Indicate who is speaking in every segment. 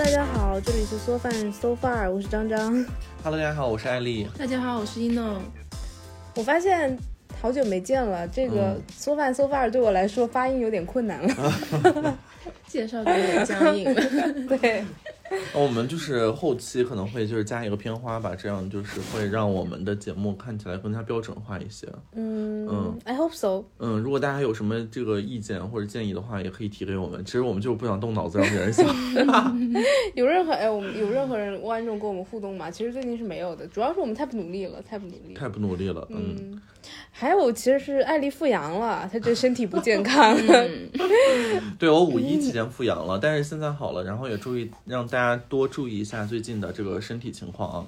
Speaker 1: 这里是缩饭 So Far，我是张张。
Speaker 2: Hello，大家好，我是艾丽。
Speaker 3: 大家好，我是一诺。
Speaker 1: 我发现好久没见了，这个
Speaker 2: 嗯
Speaker 1: 缩饭 So Far 对我来说发音有点困难了。
Speaker 3: 介绍的有点 僵硬，
Speaker 1: 对，
Speaker 2: 呃我们就是后期可能会就是加一个片花吧，这样就是会让我们的节目看起来更加标准化一些。
Speaker 1: 嗯
Speaker 2: 嗯
Speaker 1: i hope so。
Speaker 2: 嗯，如果大家有什么这个意见或者建议的话，也可以提给我们。其实我们就是不想动脑子让别 人想。
Speaker 1: 有任何哎，我们有任何人观众跟我们互动吗？其实最近是没有的，主要是我们太不努力了，太不努力了。
Speaker 2: 太不努力了，嗯，
Speaker 1: 嗯，还有其实是艾丽复阳了，她这身体不健康 了。
Speaker 2: 嗯
Speaker 1: 嗯
Speaker 2: 对我五一期间复阳了，但是现在好了，然后也注意让大家多注意一下最近的这个身体情况啊，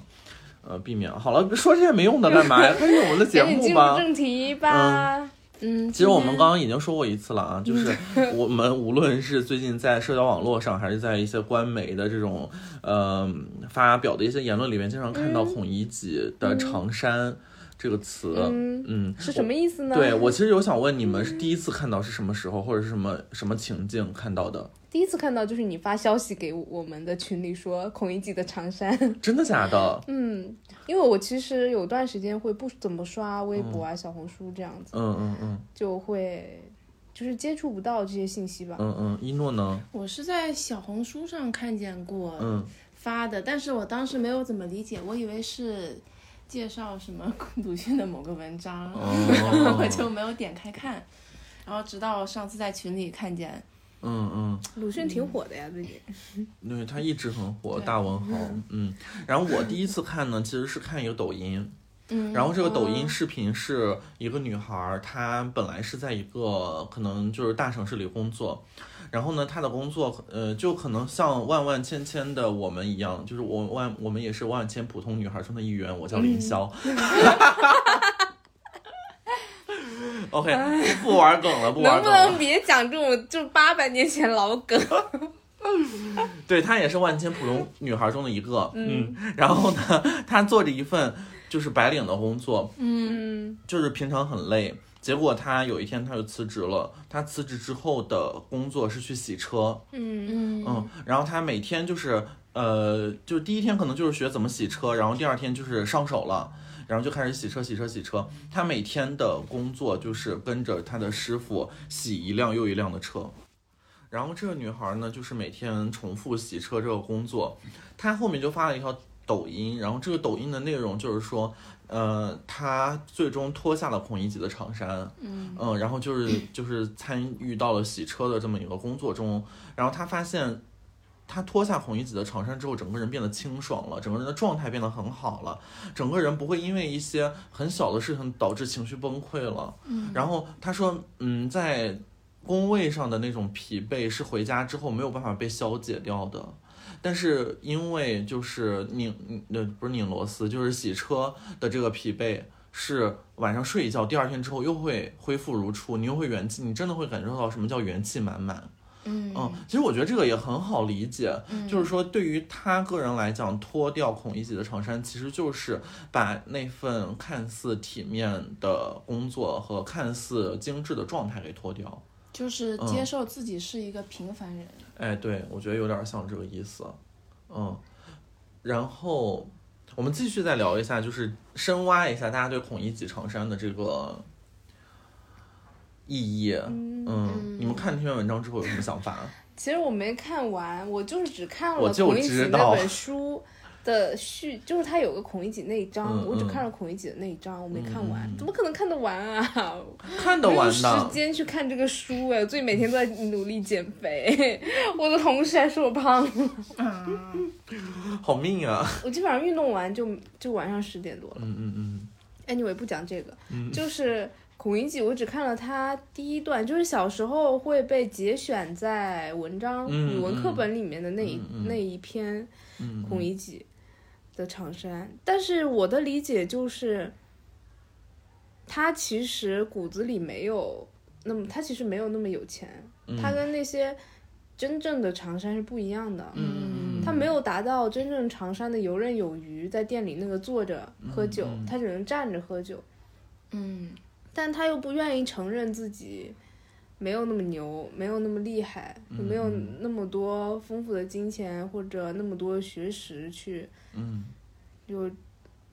Speaker 2: 呃，避免好了，说这些没用的 干嘛呀？开始我们的节
Speaker 1: 赶紧
Speaker 2: 目
Speaker 1: 进
Speaker 2: 吧
Speaker 1: 入。正题吧。
Speaker 3: 嗯，
Speaker 2: 其实我们刚刚已经说过一次了
Speaker 1: 嗯
Speaker 2: 啊，就是我们无论是最近在社交网络上，还是在一些官媒的这种呃发表的一些言论里面，经常看到“孔乙己的长衫”这个词，
Speaker 1: 嗯
Speaker 2: 嗯，
Speaker 1: 是什么意思呢？
Speaker 2: 对我其实有想问你们，是第一次看到是什么时候，或者是什么什么情境看到的？
Speaker 1: 第一次看到就是你发消息给我们的群里说孔乙己的长衫，
Speaker 2: 真的假的？
Speaker 1: 嗯，因为我其实有段时间会不怎么刷微博啊、小红书这样子，
Speaker 2: 嗯嗯嗯
Speaker 1: 就会就是接触不到这些信息吧。
Speaker 2: 嗯嗯，一诺呢？
Speaker 3: 我是在小红书上看见过
Speaker 2: 嗯，
Speaker 3: 发的，但是我当时没有怎么理解，我以为是介绍什么鲁迅的某个文章，然 后我就没有点开看。然后直到上次在群里看见，
Speaker 2: 嗯嗯。
Speaker 1: 鲁迅挺火的呀，最近。
Speaker 2: 对，他一直很火，
Speaker 3: 对
Speaker 2: 大文豪，嗯。然后我第一次看呢，其实是看一个抖音，
Speaker 3: 嗯，
Speaker 2: 然后这个抖音视频是一个女孩儿，她本来是在一个可能就是大城市里工作，然后呢，她的工作呃，就可能像万万千千的我们一样，就是我万我们也是万千普通女孩中的一员，我叫林霄。OK，不
Speaker 3: 哎
Speaker 2: 玩梗了，不玩
Speaker 1: 能不
Speaker 2: 梗了。
Speaker 1: 能别讲这种就八百年前老梗？
Speaker 2: 对她也是万千普通女孩中的一个，嗯，然后呢，她做着一份就是白领的工作，
Speaker 1: 嗯，
Speaker 2: 就是平常很累。结果她有一天她就辞职了，她辞职之后的工作是去洗车，
Speaker 1: 嗯
Speaker 3: 嗯
Speaker 2: 嗯，然后她每天就是呃，就是第一天可能就是学怎么洗车，然后第二天就是上手了。然后就开始洗车，洗车，洗车。她每天的工作就是跟着她的师傅洗一辆又一辆的车。然后这个女孩呢，就是每天重复洗车这个工作。她后面就发了一条抖音，然后这个抖音的内容就是说，呃，她最终脱下了孔乙己的长衫，嗯、然后就是就是参与到了洗车的这么一个工作中。然后她发现，她脱下孔乙己的长衫之后，整个人变得清爽了，整个人的状态变得很好了，整个人不会因为一些很小的事情导致情绪崩溃了。嗯、然后她说，嗯，在工位上的那种疲惫是回家之后没有办法被消解掉的。但是因为就是拧呃不是拧螺丝，就是洗车的这个疲惫，是晚上睡一觉，第二天之后又会恢复如初，你又会元气，你真的会感受到什么叫元气满满。
Speaker 3: 嗯
Speaker 2: 嗯，其实我觉得这个也很好理解，
Speaker 1: 嗯
Speaker 2: 就是说对于他个人来讲，脱掉孔乙己的长衫，其实就是把那份看似体面的工作和看似精致的状态给脱掉。
Speaker 3: 就是接受自己是一个平凡人，
Speaker 2: 哎，对，我觉得有点像这个意思，嗯，然后我们继续再聊一下，就是深挖一下大家对孔乙己长衫的这个意义，嗯，你们看这篇文章之后有什么想法？
Speaker 1: 其实我没看完，我就是只看
Speaker 2: 我
Speaker 1: 了
Speaker 2: 就
Speaker 1: 孔乙己
Speaker 2: 知道
Speaker 1: 那本书的序，就是他有个孔乙己那一章，
Speaker 2: 嗯
Speaker 1: 我只
Speaker 2: 嗯
Speaker 1: 看了孔乙己的那一章，我没看完，
Speaker 2: 嗯
Speaker 1: 怎么可能看得完啊？
Speaker 2: 看得
Speaker 1: 没有
Speaker 2: 完
Speaker 1: 时
Speaker 2: 的，
Speaker 1: 间去看这个书哎，我最近每天都在努力减肥， 我的同事还说我胖了，
Speaker 2: 好命啊！
Speaker 1: 我基本上运动完就就晚上十点多了。
Speaker 2: 嗯嗯嗯
Speaker 1: Anyway，不讲这个，就是孔乙己，我只看了他第一段，就是小时候会被节选在文章、
Speaker 2: 嗯
Speaker 1: 语文课本里面的那一、
Speaker 2: 嗯嗯
Speaker 1: 那一篇
Speaker 2: 嗯，
Speaker 1: 孔乙己的长衫，但是我的理解就是，他其实骨子里没有那么，他其实没有那么有钱，
Speaker 2: 嗯
Speaker 1: 他跟那些真正的长衫是不一样的。
Speaker 2: 嗯嗯嗯
Speaker 1: 他没有达到真正长衫的游刃有余，在店里那个坐着喝酒，
Speaker 2: 嗯嗯
Speaker 1: 他只能站着喝酒，
Speaker 3: 嗯
Speaker 1: 但他又不愿意承认自己没有那么牛，没有那么厉害，
Speaker 2: 嗯
Speaker 1: 没有
Speaker 2: 嗯
Speaker 1: 那么多丰富的金钱或者那么多学识去
Speaker 2: 嗯
Speaker 1: 就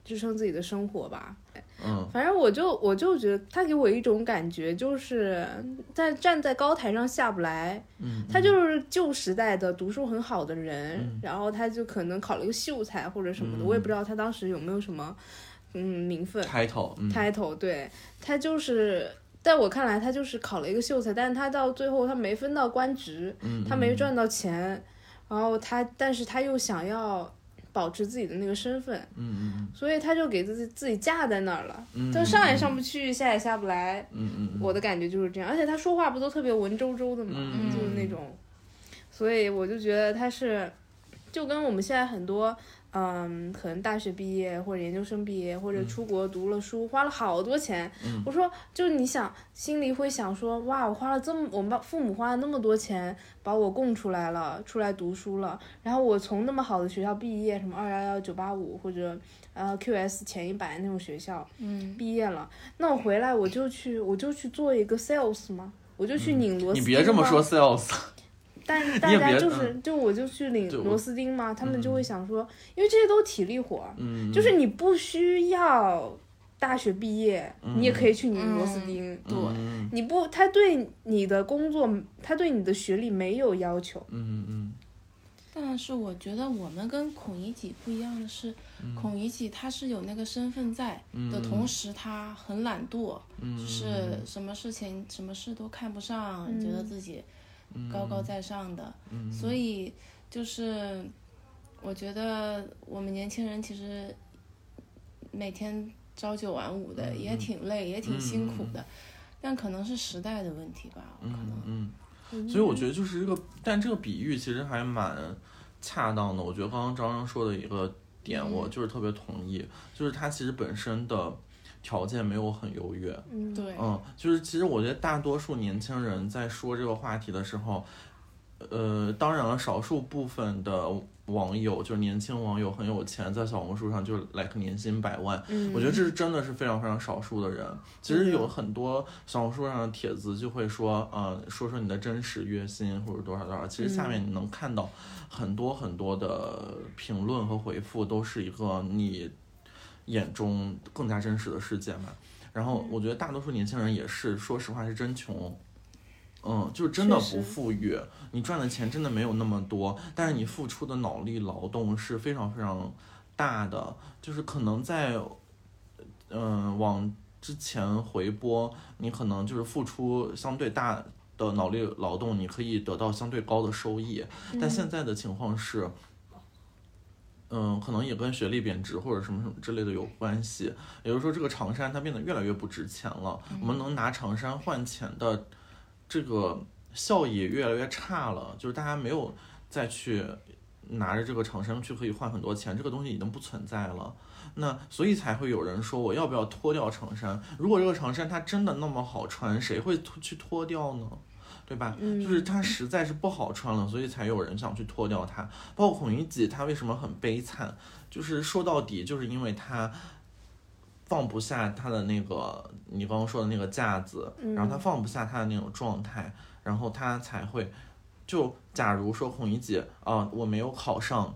Speaker 1: 支撑自己的生活吧。
Speaker 2: 嗯
Speaker 1: 反正我就我就觉得他给我一种感觉，就是在站在高台上下不来。
Speaker 2: 嗯，
Speaker 1: 他就是旧时代的读书很好的人，
Speaker 2: 嗯
Speaker 1: 然后他就可能考了个秀才或者什么的，
Speaker 2: 嗯
Speaker 1: 我也不知道他当时有没有什么嗯名分
Speaker 2: title，嗯
Speaker 1: title。对他就是，在我看来，他就是考了一个秀才，但是他到最后他没分到官职，
Speaker 2: 嗯，
Speaker 1: 他没
Speaker 2: 嗯，
Speaker 1: 赚到钱，然后他但是他又想要保持自己的那个身份，
Speaker 2: 嗯
Speaker 1: 所以他就给自己自己架在那儿了。
Speaker 2: 嗯嗯，
Speaker 1: 就上也
Speaker 2: 嗯
Speaker 1: 上，不去，下也下不来。
Speaker 2: 嗯嗯嗯，
Speaker 1: 我的感觉就是这样，而且他说话不都特别文绉绉的嘛，
Speaker 2: 嗯
Speaker 1: 就是那种，所以我就觉得他是，就跟我们现在很多，嗯，可能大学毕业或者研究生毕业或者出国读了书，花了好多钱。
Speaker 2: 嗯
Speaker 1: 我说，就你想，心里会想说，哇，我花了这么，我们爸父母花了那么多钱把我供出来了，出来读书了，然后我从那么好的学校毕业，什么二幺幺、九八五或者呃 QS 前一百那种学校。
Speaker 3: 嗯，
Speaker 1: 毕业了，那我回来我就去我就去做一个 sales 嘛，我就去拧螺丝、
Speaker 2: 嗯你别这么说，sales，
Speaker 1: 但
Speaker 2: 你
Speaker 1: 大
Speaker 2: 也
Speaker 1: 家
Speaker 2: 别嗯
Speaker 1: 就是、就我就去拧
Speaker 2: 就我
Speaker 1: 螺丝钉嘛，他们就会想说，因为这些都体力活儿，
Speaker 2: 嗯，
Speaker 1: 就是你不需要大学毕业，你也可以去拧螺丝钉，对。
Speaker 2: 嗯
Speaker 1: 你不，他对你的工作，他对你的学历没有要求。
Speaker 2: 嗯嗯
Speaker 3: 但是我觉得我们跟孔乙己不一样的是，孔乙己他是有那个身份在
Speaker 2: 嗯
Speaker 3: 的同时，他很懒惰，
Speaker 2: 嗯，
Speaker 3: 就是什么事情什么事都看不上，
Speaker 1: 嗯
Speaker 3: 觉得自己高高在上的，
Speaker 2: 嗯，
Speaker 3: 所以就是我觉得我们年轻人其实每天朝九晚五的，
Speaker 2: 嗯
Speaker 3: 也挺累，也挺
Speaker 2: 嗯
Speaker 3: 辛苦
Speaker 2: 嗯
Speaker 3: 的，但可能是时代的问题吧，可
Speaker 2: 嗯
Speaker 3: 能。
Speaker 2: 嗯。所以我觉得就是这个，但这个比喻其实还蛮恰当的。我觉得刚刚张张说的一个点，
Speaker 3: 嗯
Speaker 2: 我就是特别同意，就是他其实本身的条件没有很优越。
Speaker 1: 嗯，
Speaker 3: 对，
Speaker 2: 嗯，就是其实我觉得大多数年轻人在说这个话题的时候，呃，当然了，少数部分的网友就是年轻网友很有钱，在小红书上就 like 年薪百万，
Speaker 1: 嗯，
Speaker 2: 我觉得这是真的是非常非常少数的人。其实有很多小红书上的帖子就会说，呃，说说你的真实月薪或者多少多少。其实下面你能看到很多很多的评论和回复，都是一个你眼中更加真实的世界嘛。然后
Speaker 1: 嗯
Speaker 2: 我觉得大多数年轻人也是，说实话是真穷。嗯，就是真的
Speaker 1: 确实
Speaker 2: 不富裕，你赚的钱真的没有那么多，但是你付出的脑力劳动是非常非常大的，就是可能在，嗯、往之前回拨，你可能就是付出相对大的脑力劳动，你可以得到相对高的收益。
Speaker 1: 嗯
Speaker 2: 但现在的情况是，嗯，可能也跟学历贬值或者什么什么之类的有关系。也就是说，这个长衫它变得越来越不值钱了，我们能拿长衫换钱的这个效益越来越差了，就是大家没有再去拿着这个长衫去可以换很多钱，这个东西已经不存在了。那所以才会有人说我要不要脱掉长衫？如果这个长衫它真的那么好穿，谁会脱去脱掉呢？对吧？
Speaker 1: 嗯
Speaker 2: 就是它实在是不好穿了，所以才有人想去脱掉它。包括孔乙己，他为什么很悲惨？就是说到底，就是因为他放不下他的那个你刚刚说的那个架子，然后他放不下他的那种状态，然后他才会就假如说孔乙己啊、我没有考上。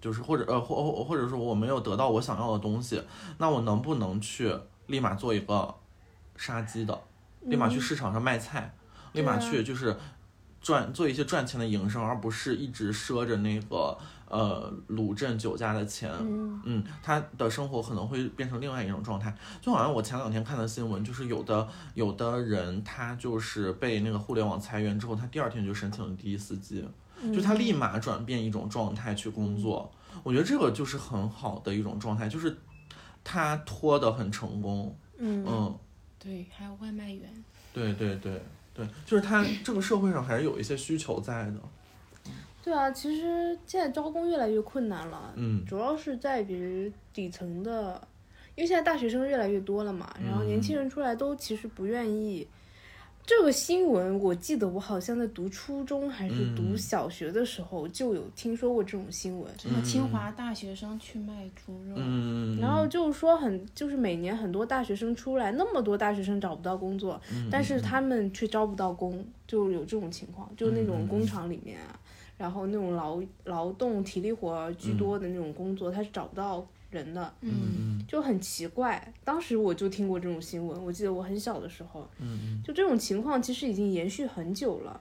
Speaker 2: 就是或者呃或或或者说我没有得到我想要的东西，那我能不能去立马做一个杀鸡的，立马去市场上卖菜，立马
Speaker 1: 嗯对啊
Speaker 2: 去就是赚做一些赚钱的营生，而不是一直赊着那个呃鲁镇酒家的钱。
Speaker 1: 嗯
Speaker 2: 嗯，他的生活可能会变成另外一种状态，就好像我前两天看的新闻，就是有的有的人他就是被那个互联网裁员之后，他第二天就申请了滴滴司机，就他立马转变一种状态去工作，我觉得这个就是很好的一种状态，就是他拖得很成功，
Speaker 1: 嗯
Speaker 2: 嗯，
Speaker 3: 对，还有外卖员。
Speaker 2: 对对对对，就是他这个社会上还是有一些需求在的，
Speaker 1: 对啊，其实现在招工越来越困难了，
Speaker 2: 嗯
Speaker 1: 主要是在于底层的，因为现在大学生越来越多了嘛，然后年轻人出来都其实不愿意，这个新闻我记得我好像在读初中还是读小学的时候就有听说过这种新闻，
Speaker 3: 什么清华大学生去卖猪肉，
Speaker 2: 嗯，
Speaker 1: 然后就是说很就是每年很多大学生出来，那么多大学生找不到工作，
Speaker 2: 嗯
Speaker 1: 但是他们却招不到工，就有这种情况，就那种工厂里面啊，然后那种劳劳动体力活儿居多的那种工作，他是找不到人的，
Speaker 3: 嗯，
Speaker 1: 就很奇怪。当时我就听过这种新闻，我记得我很小的时候，
Speaker 2: 嗯
Speaker 1: 就这种情况其实已经延续很久了，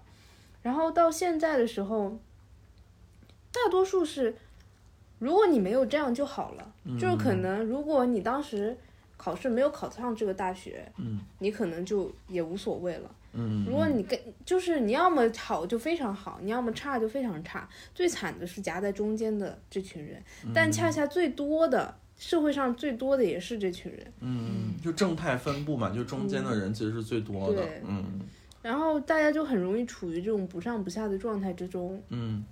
Speaker 1: 然后到现在的时候，大多数是，如果你没有这样就好了，
Speaker 2: 嗯
Speaker 1: 就是可能如果你当时考试没有考上这个大学，
Speaker 2: 嗯，
Speaker 1: 你可能就也无所谓了。
Speaker 2: 嗯，
Speaker 1: 如果你跟就是你要么好就非常好，你要么差就非常差，最惨的是夹在中间的这群人，但恰恰最多的社会上最多的也是这群人。
Speaker 2: 嗯，就正态分布嘛，就中间的人其实是最多的
Speaker 1: 对，
Speaker 2: 嗯
Speaker 1: 然后大家就很容易处于这种不上不下的状态之中，
Speaker 2: 嗯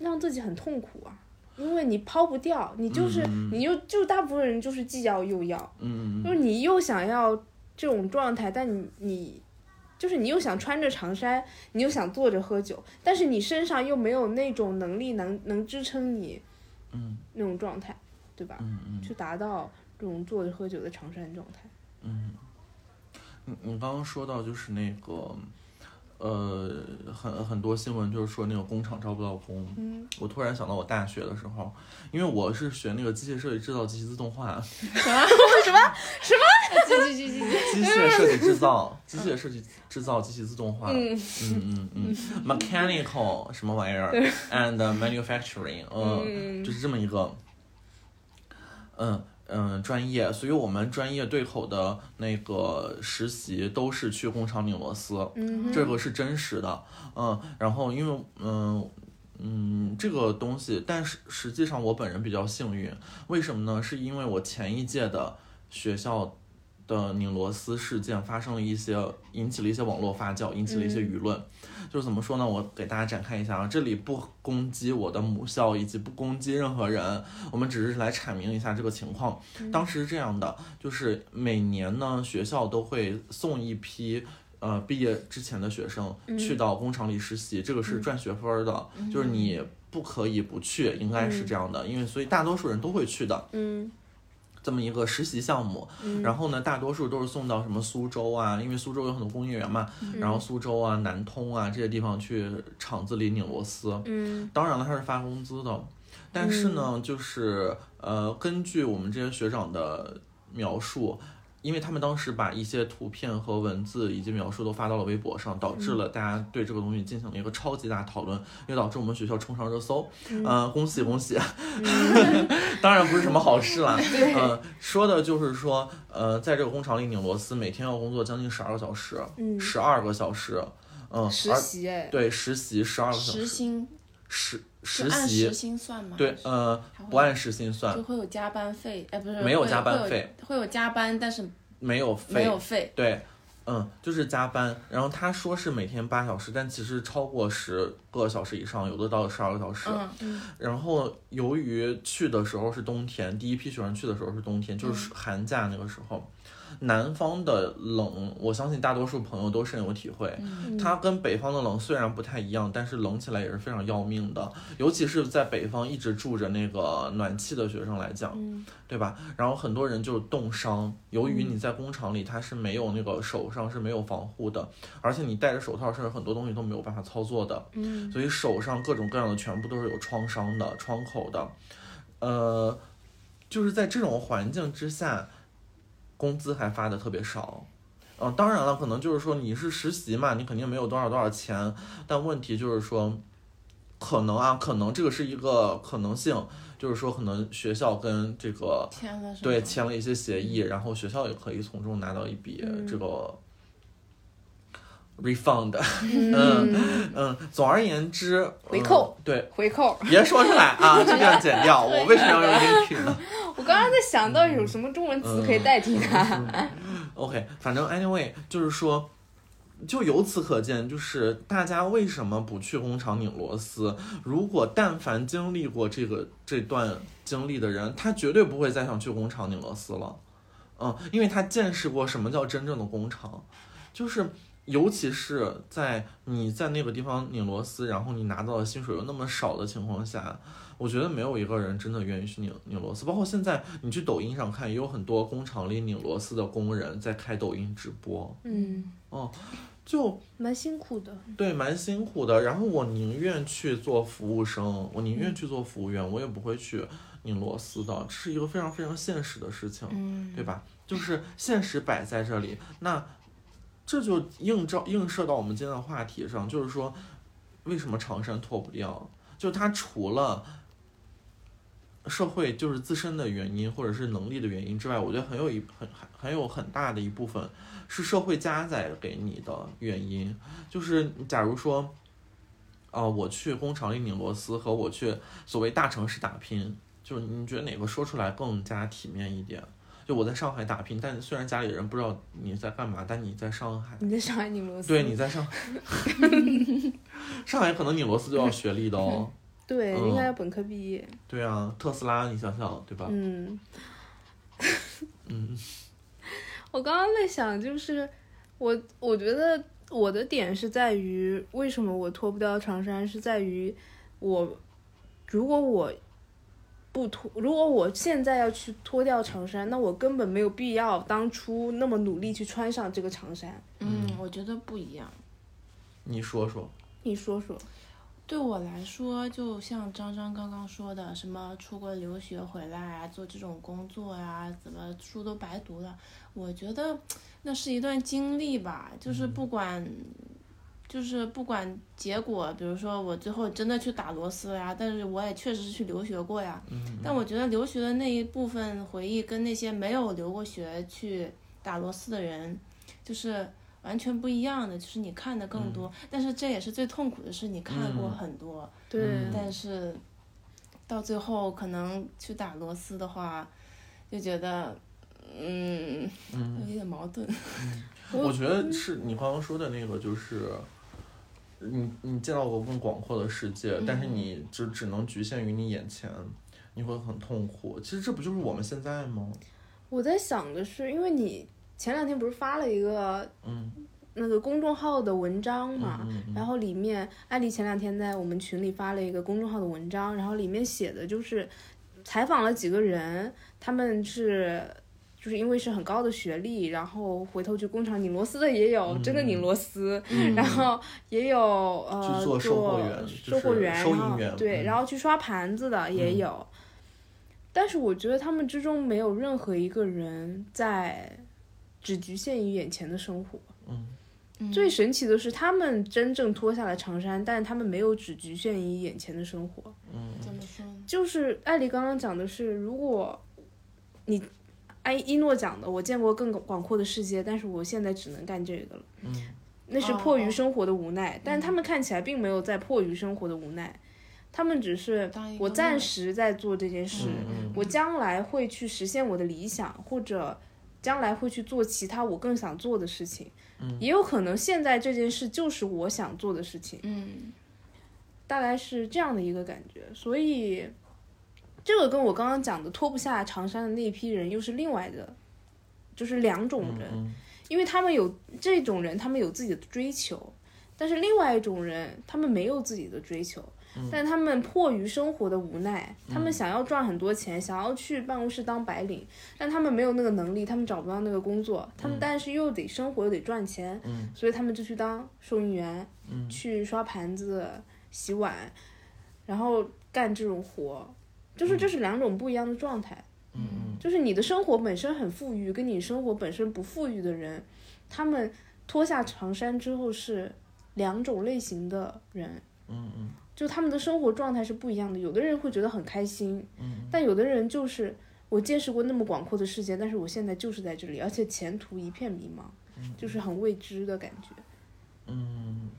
Speaker 1: 让自己很痛苦啊，因为你抛不掉，你就是、你又就大部分人就是既要又要，
Speaker 2: 嗯
Speaker 1: 就是你又想要这种状态，但你你就是你又想穿着长衫，你又想坐着喝酒，但是你身上又没有那种能力能能支撑你，
Speaker 2: 嗯，
Speaker 1: 那种状态，对吧？
Speaker 2: 嗯嗯
Speaker 1: 去达到这种坐着喝酒的长衫状态。
Speaker 2: 嗯，你嗯你刚刚说到就是那个，呃，很很多新闻就是说那个工厂招不到工，
Speaker 1: 嗯，
Speaker 2: 我突然想到我大学的时候，因为我是学那个机械设计制造及其自动化，
Speaker 3: 去去去去，
Speaker 2: 机械设计制造，机械设计制造及其自动化，嗯嗯嗯，mechanical 什么玩意儿，and manufacturing，嗯，就是这么一个，嗯嗯，专业，所以我们专业对口的那个实习都是去工厂拧螺丝，
Speaker 1: 嗯哼
Speaker 2: 这个是真实的，嗯，然后因为嗯。嗯，这个东西，但是实际上我本人比较幸运，为什么呢？是因为我前一届的学校的拧螺丝事件发生了一些，引起了一些网络发酵，引起了一
Speaker 1: 嗯
Speaker 2: 些舆论。就是怎么说呢？我给大家展开一下啊，这里不攻击我的母校，以及不攻击任何人，我们只是来阐明一下这个情况。当时是这样的，就是每年呢，学校都会送一批。呃，毕业之前的学生去到工厂里实习，这个是赚学分儿的，就是你不可以不去，应该是这样的，因为所以大多数人都会去的。
Speaker 1: 嗯
Speaker 2: 这么一个实习项目，然后呢，大多数都是送到什么苏州啊，因为苏州有很多工业园嘛，然后苏州啊、南通啊这些地方去厂子里拧螺丝。
Speaker 1: 嗯
Speaker 2: 当然了，它是发工资的，但是呢，就是呃，根据我们这些学长的描述。因为他们当时把一些图片和文字以及描述都发到了微博上，导致了大家对这个东西进行了一个超级大讨论，也导致我们学校冲上热搜。嗯、恭喜恭喜！ 当然不是什么好事啦。嗯、说的就是说，呃，在这个工厂里拧螺丝，每天要工作将近十二个小时，
Speaker 1: 嗯，
Speaker 2: 十二个小时，嗯、
Speaker 1: 实
Speaker 2: 而
Speaker 1: 习哎，
Speaker 2: 对实习十二个小
Speaker 3: 时
Speaker 2: 时，
Speaker 3: 薪
Speaker 2: 实
Speaker 3: 是
Speaker 2: 实
Speaker 3: 按
Speaker 2: 习
Speaker 3: 时薪算吗？
Speaker 2: 对，呃，
Speaker 3: 还会
Speaker 2: 不按时薪算
Speaker 3: 就，会有加班费，哎，不是
Speaker 2: 没有
Speaker 3: 会
Speaker 2: 加班
Speaker 3: 会有
Speaker 2: 费
Speaker 3: 会有加班，但是
Speaker 2: 没有
Speaker 3: 没
Speaker 2: 费，
Speaker 3: 有费，
Speaker 2: 对，嗯，就是加班。然后他说是每天八小时，但其实超过十个小时以上，有的到十二个小时。
Speaker 3: 嗯，
Speaker 2: 然后由于去的时候是冬天，第一批学生去的时候是冬天，
Speaker 3: 嗯
Speaker 2: 就是寒假那个时候，南方的冷，我相信大多数朋友都深有体会。
Speaker 3: 嗯
Speaker 2: 它跟北方的冷虽然不太一样，但是冷起来也是非常要命的，尤其是在北方一直住着那个暖气的学生来讲，
Speaker 1: 嗯
Speaker 2: 对吧？然后很多人就冻伤，由于你在工厂里它是没有那个手上是没有防护的，而且你戴着手套，甚至很多东西都没有办法操作的。
Speaker 1: 嗯
Speaker 2: 所以手上各种各样的全部都是有创伤的、创口的，呃，就是在这种环境之下，工资还发的特别少。嗯、当然了，可能就是说你是实习嘛，你肯定没有多少多少钱，但问题就是说，可能啊，可能这个是一个可能性，就是说可能学校跟这个
Speaker 3: 签了是吗？
Speaker 2: 对签了一些协议，然后学校也可以从中拿到一笔
Speaker 1: 嗯
Speaker 2: 这个 refund，
Speaker 1: 嗯，
Speaker 2: 嗯，总而言之，
Speaker 1: 回扣
Speaker 2: 嗯、对，
Speaker 1: 回扣。
Speaker 2: 别说出来啊，就这样剪掉。我为什么要用英语呢
Speaker 1: 我刚刚在想到有什么中文词可以代替它。
Speaker 2: ？OK，反正 anyway，就是说，就由此可见，就是大家为什么不去工厂拧螺丝？如果但凡经历过这个这段经历的人，他绝对不会再想去工厂拧螺丝了。嗯，因为他见识过什么叫真正的工厂，就是尤其是在你在那个地方拧螺丝，然后你拿到的薪水又那么少的情况下，我觉得没有一个人真的愿意去拧拧螺丝。包括现在你去抖音上看，也有很多工厂里拧螺丝的工人在开抖音直播，
Speaker 1: 嗯，
Speaker 2: 就
Speaker 1: 蛮辛苦的。
Speaker 2: 对蛮辛苦的。然后我宁愿去做服务生，我宁愿去做服务员，我也不会去拧螺丝的。这是一个非常非常现实的事情。
Speaker 3: 嗯，
Speaker 2: 对吧？就是现实摆在这里，那这就映照映射到我们今天的话题上，就是说，为什么长衫脱不掉？就它除了社会就是自身的原因或者是能力的原因之外，我觉得很有一很很很有很大的一部分是社会加载给你的原因，就是假如说。啊、我去工厂里拧螺丝和我去所谓大城市打拼，就是你觉得哪个说出来更加体面一点？就我在上海打拼，但虽然家里人不知道你在干嘛，但你在上海，
Speaker 1: 你在上海拧螺丝，
Speaker 2: 对，你在上海，上海可能拧螺丝就要学历的哦。
Speaker 1: 对，
Speaker 2: 嗯
Speaker 1: 应该要本科毕业。
Speaker 2: 对啊，特斯拉，你想想，对吧？
Speaker 1: 嗯，
Speaker 2: 嗯
Speaker 1: 我刚刚在想，就是我我觉得我的点是在于，为什么我脱不掉长衫，是在于我如果我不脱，如果我现在要去脱掉长衫，那我根本没有必要当初那么努力去穿上这个长衫。
Speaker 3: 嗯，我觉得不一样。
Speaker 2: 你说说，
Speaker 1: 你说说，
Speaker 3: 对我来说，就像张张刚刚说的，什么出国留学回来啊，做这种工作呀、怎么书都白读了。我觉得那是一段经历吧，就是
Speaker 2: 嗯
Speaker 3: 不管，就是不管结果，比如说我最后真的去打螺丝了呀，但是我也确实是去留学过呀。
Speaker 2: 嗯，
Speaker 3: 但我觉得留学的那一部分回忆，跟那些没有留过学去打螺丝的人，就是完全不一样的。就是你看的更多，但是这也是最痛苦的是，你看过
Speaker 2: 嗯
Speaker 3: 很多，
Speaker 1: 对，
Speaker 2: 嗯
Speaker 3: 但是到最后可能去打螺丝的话，就觉得，嗯，有一点矛盾。
Speaker 1: 我
Speaker 2: 我觉得是你刚刚说的那个，就是你你见到过更广阔的世界，但是你就只能局限于你眼前，你会很痛苦。其实这不就是我们现在吗？
Speaker 1: 我在想的是，因为你前两天不是发了一个
Speaker 2: 嗯
Speaker 1: 那个公众号的文章嘛，
Speaker 2: 嗯嗯
Speaker 1: 然后里面艾丽前两天在我们群里发了一个公众号的文章，然后里面写的就是采访了几个人，他们是。就是因为是很高的学历，然后回头去工厂拧螺丝的也有，真的拧螺丝，然后也有呃
Speaker 2: 嗯去做售货员
Speaker 1: 售货员、
Speaker 2: 就是收银
Speaker 1: 然后
Speaker 2: 员
Speaker 1: 对，
Speaker 2: 嗯
Speaker 1: 然后去刷盘子的也有。但是我觉得他们之中没有任何一个人在只局限于眼前的生活。
Speaker 2: 嗯
Speaker 1: 最神奇的是，他们真正脱下了长衫，但是他们没有只局限于眼前的生活。
Speaker 2: 嗯
Speaker 3: 怎么说呢？
Speaker 1: 就是艾丽刚刚讲的是，如果你艾一诺讲的，我见过更广阔的世界，但是我现在只能干这个了，
Speaker 2: 嗯
Speaker 1: 那是迫于生活的无奈。但他们看起来并没有在迫于生活的无奈，他们只是
Speaker 3: 当一个
Speaker 1: 我暂
Speaker 3: 梦
Speaker 1: 时在做这件事，
Speaker 2: 嗯嗯
Speaker 1: 我将来会去实现我的理想，或者将来会去做其他我更想做的事情。
Speaker 2: 嗯
Speaker 1: 也有可能现在这件事就是我想做的事情，
Speaker 3: 嗯
Speaker 1: 大概是这样的一个感觉。所以，这个跟我刚刚讲的脱不下长衫的那一批人又是另外的，就是两种人。
Speaker 2: 嗯
Speaker 1: 因为他们有这种人，他们有自己的追求，但是另外一种人，他们没有自己的追求，但他们迫于生活的无奈，他们想要赚很多钱，想要去办公室当白领，但他们没有那个能力，他们找不到那个工作，他们但是又得生活又得赚钱，
Speaker 2: 嗯
Speaker 1: 所以他们就去当收银员，
Speaker 2: 嗯
Speaker 1: 去刷盘子、洗碗，然后干这种活，就是这是两种不一样的状态。
Speaker 2: 嗯嗯
Speaker 1: 就是你的生活本身很富裕，跟你生活本身不富裕的人，他们脱下长衫之后是两种类型的人，
Speaker 2: 嗯嗯。
Speaker 1: 就他们的生活状态是不一样的。有的人会觉得很开心，
Speaker 2: 嗯
Speaker 1: 但有的人就是我见识过那么广阔的世界，但是我现在就是在这里，而且前途一片迷茫，就是很未知的感觉。
Speaker 2: 嗯，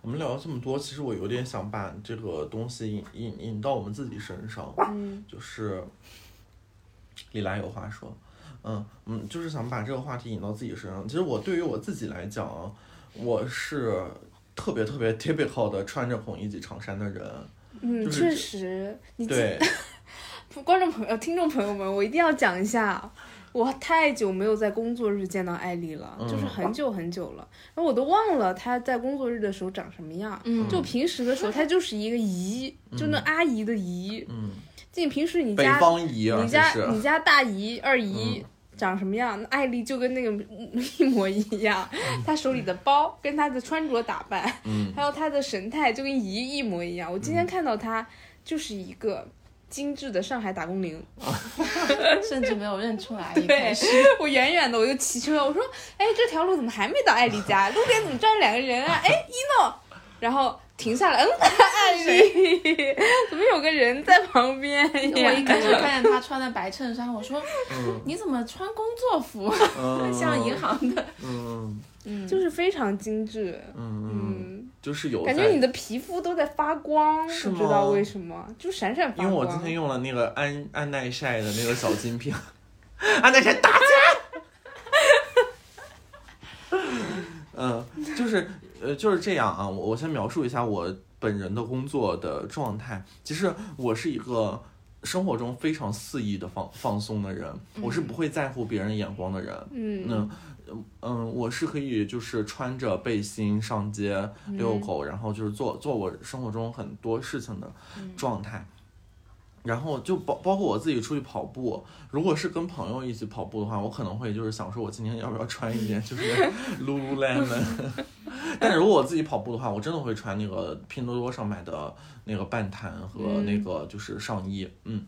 Speaker 2: 我们聊了这么多，其实我有点想把这个东西引引引到我们自己身上，
Speaker 1: 嗯
Speaker 2: 就是李来有话说，嗯嗯，就是想把这个话题引到自己身上。其实我对于我自己来讲啊，我是特别特别 typical 的穿着红衣及长衫的人，
Speaker 1: 嗯，
Speaker 2: 就是
Speaker 1: 确实，你
Speaker 2: 对，
Speaker 1: 观众朋友、听众朋友们，我一定要讲一下，我太久没有在工作日见到艾丽了，
Speaker 2: 嗯
Speaker 1: 就是很久很久了，然后我都忘了她在工作日的时候长什么样。
Speaker 3: 嗯
Speaker 1: 就平时的时候，她就是一个姨，就那阿姨的姨。
Speaker 2: 嗯，
Speaker 1: 就平时你
Speaker 2: 北
Speaker 1: 家
Speaker 2: 方啊姨，而
Speaker 1: 你
Speaker 2: 且
Speaker 1: 家
Speaker 2: 是
Speaker 1: 你家大姨、二姨
Speaker 2: 嗯
Speaker 1: 长什么样？那艾丽就跟那个嗯一模一样， 她手里的包跟她的穿着打扮，
Speaker 2: 嗯
Speaker 1: 还有她的神态就跟姨一模一样。我今天看到她就是一个精致的上海打工零，
Speaker 3: 甚至没有认出 来一
Speaker 1: 对
Speaker 3: 开 始。
Speaker 1: 我远远的我就骑车，我说，哎，这条路怎么还没到艾丽家？路边怎么站着两个人啊？哎，一诺，然后停下来， 嗯，艾丽， 怎么有个人在旁边
Speaker 3: 我一
Speaker 1: 呀？
Speaker 3: 开始看见他穿的白衬衫，我说
Speaker 2: 嗯
Speaker 3: 你怎么穿工作服？
Speaker 2: 嗯，
Speaker 3: 像银行的，
Speaker 2: 嗯
Speaker 3: 嗯，
Speaker 1: 就是非常精致，
Speaker 2: 嗯嗯，
Speaker 1: 嗯。
Speaker 2: 就是有
Speaker 1: 感觉
Speaker 2: 在
Speaker 1: 你的皮肤都在发光，
Speaker 2: 是
Speaker 1: 不知
Speaker 2: 吗
Speaker 1: 道为什么，就闪闪发
Speaker 2: 因
Speaker 1: 光。
Speaker 2: 为我今天用了那个安安耐晒的那个小金瓶，安耐晒打架。嗯，就是呃，就是这样啊。我我先描述一下我本人的工作的状态。其实我是一个生活中非常肆意的放放松的人，我是不会在乎别人眼光的人。
Speaker 1: 嗯
Speaker 2: 嗯嗯，我是可以就是穿着背心上街
Speaker 1: 嗯
Speaker 2: 遛狗，然后就是做做我生活中很多事情的状态。然后就包包括我自己出去跑步，如果是跟朋友一起跑步的话，我可能会就是想说，我今天要不要穿一件就是 Lululemon。但 如果我自己跑步的话，我真的会穿那个拼多多上买的那个半弹和那个就是上衣，嗯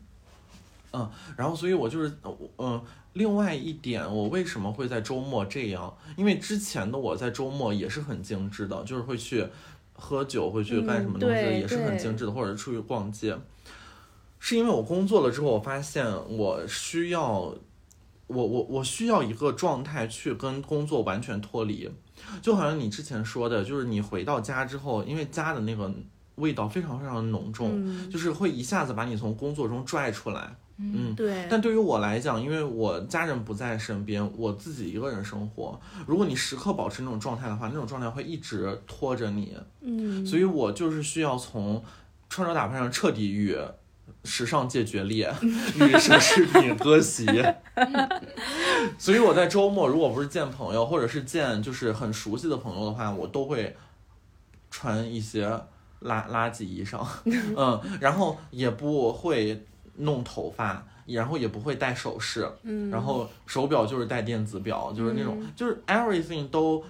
Speaker 2: 嗯然后所以我就是我嗯、另外一点，我为什么会在周末这样？因为之前的我在周末也是很精致的，就是会去喝酒，会去干什么
Speaker 1: 嗯
Speaker 2: 东西的，
Speaker 1: 对
Speaker 2: 也是很
Speaker 1: 对
Speaker 2: 精致的，或者出去逛街。是因为我工作了之后，我发现我需要，我我我需要一个状态去跟工作完全脱离，就好像你之前说的，就是你回到家之后，因为家的那个味道非常非常的浓重，
Speaker 1: 嗯，
Speaker 2: 就是会一下子把你从工作中拽出来。嗯，
Speaker 1: 对，
Speaker 2: 但对于我来讲，因为我家人不在身边，我自己一个人生活，如果你时刻保持那种状态的话，那种状态会一直拖着你。
Speaker 1: 嗯，
Speaker 2: 所以我就是需要从穿着打扮上彻底与时尚界决 裂，与奢侈品割席。所以我在周末如果不是见朋友，或者是见就是很熟悉的朋友的话，我都会穿一些垃垃圾 衣裳，嗯，然后也不会弄头发。然后也不会戴首饰，
Speaker 1: 嗯，
Speaker 2: 然后手表就是戴电子表，就是那种，就是 everything 都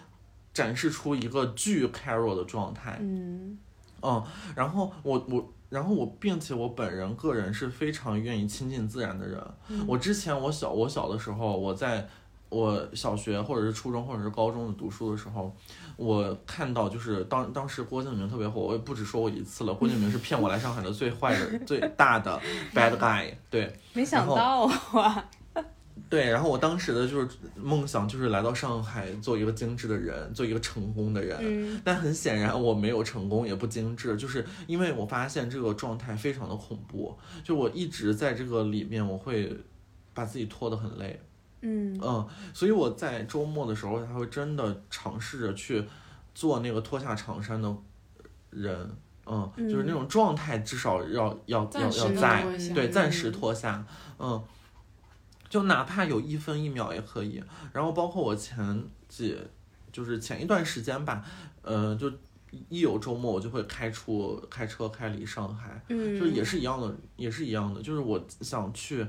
Speaker 2: 展示出一个巨 Carol 的状态。
Speaker 1: 嗯
Speaker 2: 嗯，然后我我。然后我，并且我本人个人是非常愿意亲近自然的人。我之前我小我小的时候，我在我小学或者是初中或者是高中的读书的时候，我看到就是当当时郭敬明特别火，我也不止说过一次了。郭敬明是骗我来上海的最坏的最大的 bad guy，对，
Speaker 1: 没想
Speaker 2: 然后
Speaker 1: 到 啊，
Speaker 2: 对，然后我当时的就是梦想就是来到上海做一个精致的人，做一个成功的人。
Speaker 1: 嗯
Speaker 2: 但很显然我没有成功，也不精致，就是因为我发现这个状态非常的恐怖，就我一直在这个里面，我会把自己拖得很累。
Speaker 1: 嗯
Speaker 2: 嗯，所以我在周末的时候才会真的尝试着去做那个脱下长衫的人，嗯，就是那种状态，至少要要要
Speaker 3: 暂时
Speaker 2: 要
Speaker 3: 的
Speaker 2: 在
Speaker 3: 脱下，
Speaker 2: 对，暂
Speaker 1: 嗯
Speaker 2: 时脱下，嗯，就哪怕有一分一秒也可以。然后包括我前几，就是前一段时间吧，呃，就一有周末我就会开出开车开离上海，
Speaker 1: 嗯，
Speaker 2: 就是也是一样的，也是一样的，就是我想去，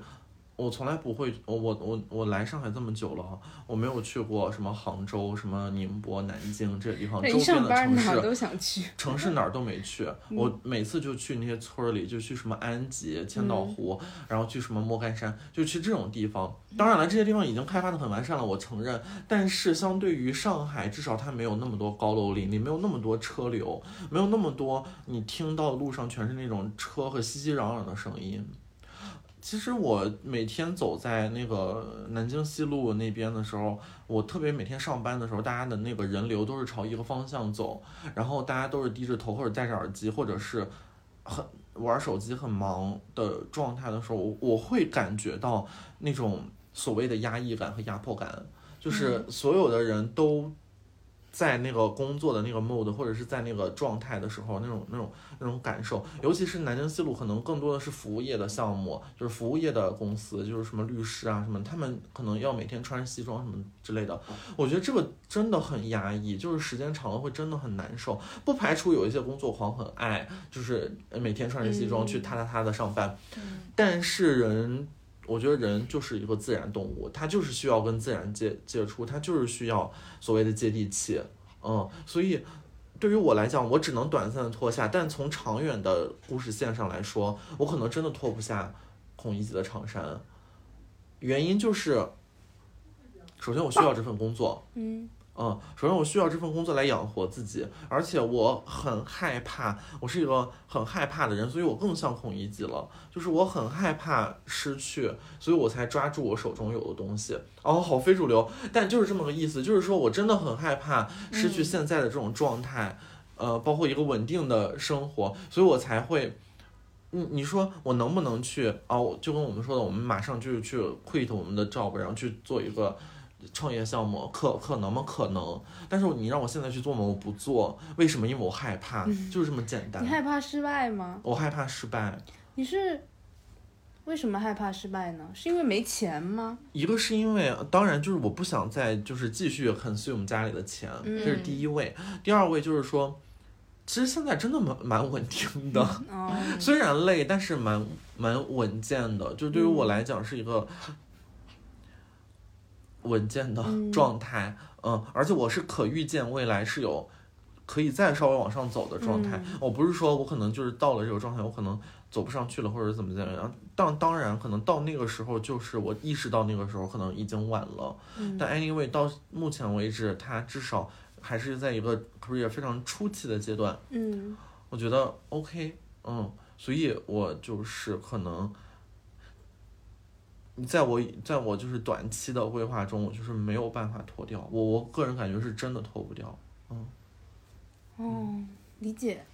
Speaker 2: 我从来不会，我我我我来上海这么久了，我没有去过什么杭州、什么宁波、南京这些地方，
Speaker 1: 那
Speaker 2: 周
Speaker 1: 一
Speaker 2: 边
Speaker 1: 上
Speaker 2: 的
Speaker 1: 班
Speaker 2: 城
Speaker 1: 哪儿
Speaker 2: 市，
Speaker 1: 都想去，
Speaker 2: 城市哪儿都没去，我每次就去那些村儿里，就去什么安吉、千岛湖，然后去什么莫干山，就去这种地方。当然了，这些地方已经开发的很完善了，我承认，但是相对于上海，至少它没有那么多高楼林立，没有那么多车流，没有那么多你听到路上全是那种车和熙熙攘攘的声音。其实我每天走在那个南京西路那边的时候，我特别每天上班的时候，大家的那个人流都是朝一个方向走，然后大家都是低着头或者戴着耳机，或者是很玩手机很忙的状态的时候，我我会感觉到那种所谓的压抑感和压迫感，就是所有的人都在那个工作的那个 mood 或者是在那个状态的时候，那种那种那种感受，尤其是南京西路，可能更多的是服务业的项目，就是服务业的公司，就是什么律师啊什么，他们可能要每天穿西装什么之类的。我觉得这个真的很压抑，就是时间长了会真的很难受。不排除有一些工作狂很爱，就是每天穿着西装
Speaker 1: 嗯
Speaker 2: 去踏踏踏的上班，但是人，我觉得人就是一个自然动物，他就是需要跟自然接接触，他就是需要所谓的接地气，嗯，所以对于我来讲，我只能短暂的脱下，但从长远的故事线上来说，我可能真的脱不下孔乙己的长衫，原因就是，首先我需要这份工作，
Speaker 1: 嗯
Speaker 2: 嗯，首先我需要这份工作来养活自己，而且我很害怕，我是一个很害怕的人，所以我更像孔乙己了，就是我很害怕失去，所以我才抓住我手中有的东西。哦，好非主流，但就是这么个意思，就是说我真的很害怕失去
Speaker 3: 嗯
Speaker 2: 现在的这种状态，呃，包括一个稳定的生活，所以我才会。你你说我能不能去哦？就跟我们说的，我们马上就是去 quit 我们的 job，然后去做一个创业项目，可可能吗？可能。但是你让我现在去做吗？我不做。为什么？因为我害怕，就是这么简单
Speaker 1: 你。害怕失败吗？
Speaker 2: 我害怕失败，
Speaker 1: 你是为什么害怕失败呢？是因为没钱 吗？
Speaker 2: 一个是因为，当然就是我不想再就是继续 consume 家里的钱，这是第一位。第二位就是说，其实现在真的蛮蛮稳定的。
Speaker 1: 哦，
Speaker 3: 嗯
Speaker 2: 虽然累，但是蛮蛮稳健的，就对于我来讲是一个稳健的
Speaker 1: 嗯
Speaker 2: 状态，嗯而且我是可预见未来是有可以再稍微往上走的状态。
Speaker 1: 嗯
Speaker 2: 我不是说我可能就是到了这个状态，我可能走不上去了，或者怎么怎么样。当当然，可能到那个时候，就是我意识到那个时候可能已经晚了。
Speaker 1: 嗯
Speaker 2: 但 anyway，到目前为止，它至少还是在一个 career 非常初期的阶段。
Speaker 1: 嗯
Speaker 2: 我觉得 OK，嗯，所以我就是可能，在我在我就是短期的规划中，我就是没有办法脱掉，我我个人感觉是真的脱不掉。
Speaker 1: 哦，理解。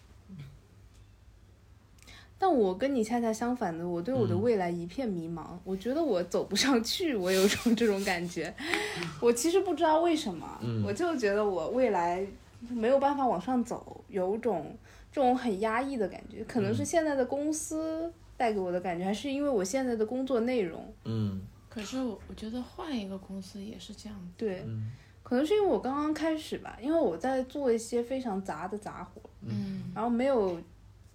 Speaker 1: 但我跟你恰恰相反的，我对我的
Speaker 2: 嗯
Speaker 1: 未来一片迷茫，我觉得我走不上去，我有种这种感觉。我其实不知道为什么，
Speaker 2: 嗯
Speaker 1: 我就觉得我未来没有办法往上走，有种这种很压抑的感觉，可能是现在的公司带给我的感觉，还是因为我现在的工作内容。
Speaker 2: 嗯
Speaker 3: 可是我我觉得换一个公司也是这样子。
Speaker 1: 对，
Speaker 2: 嗯
Speaker 1: 可能是因为我刚刚开始吧，因为我在做一些非常杂的杂活，
Speaker 3: 嗯
Speaker 1: 然后没有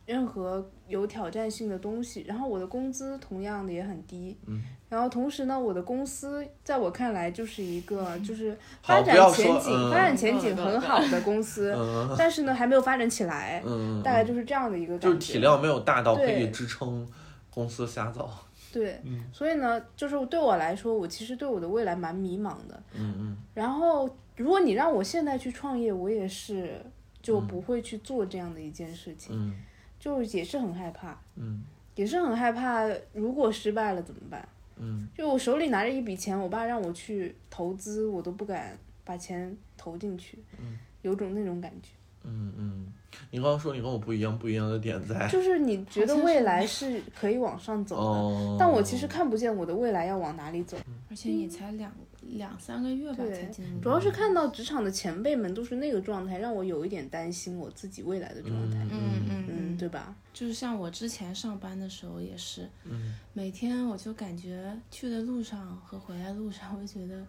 Speaker 1: 任何有挑战性的东西，然后我的工资同样的也很低，
Speaker 2: 嗯，
Speaker 1: 然后同时呢，我的公司在我看来就是一个就是发
Speaker 2: 好
Speaker 1: 展
Speaker 2: 不要
Speaker 1: 前
Speaker 2: 说
Speaker 1: 景、
Speaker 2: 嗯
Speaker 1: 发展前景
Speaker 3: 不不
Speaker 1: 很
Speaker 3: 不
Speaker 1: 好的公司，
Speaker 2: 嗯
Speaker 1: 但是呢还没有发展起来，
Speaker 2: 嗯，
Speaker 1: 大概就是这样的一个感觉，
Speaker 2: 就是体量没有大到可以
Speaker 1: 对
Speaker 2: 支撑公司瞎造。
Speaker 1: 对，
Speaker 2: 嗯
Speaker 1: 所以呢，就是对我来说，我其实对我的未来蛮迷茫的。
Speaker 2: 嗯嗯
Speaker 1: 然后，如果你让我现在去创业，我也是就不会去做这样的一件事情，
Speaker 2: 嗯
Speaker 1: 就也是很害怕，
Speaker 2: 嗯
Speaker 1: 也是很害怕，如果失败了怎么办？
Speaker 2: 嗯
Speaker 1: 就我手里拿着一笔钱，我爸让我去投资，我都不敢把钱投进去，
Speaker 2: 嗯
Speaker 1: 有种那种感觉，
Speaker 2: 嗯嗯，你刚刚说你跟我不一样，不一样的点在
Speaker 1: 就是你觉得
Speaker 3: 好像是
Speaker 1: 未来是可以往上走的，
Speaker 2: 哎哦，
Speaker 1: 但我其实看不见我的未来要往哪里走。
Speaker 3: 而且也才两两三个月吧，
Speaker 1: 对
Speaker 3: 才进入
Speaker 1: 主要是看到职场的前辈们都是那个状态，让我有一点担心我自己未来的状态。
Speaker 2: 嗯
Speaker 3: 嗯嗯
Speaker 1: 嗯，对吧？
Speaker 3: 就是像我之前上班的时候也是，
Speaker 2: 嗯
Speaker 3: 每天我就感觉去的路上和回来路上，我就觉得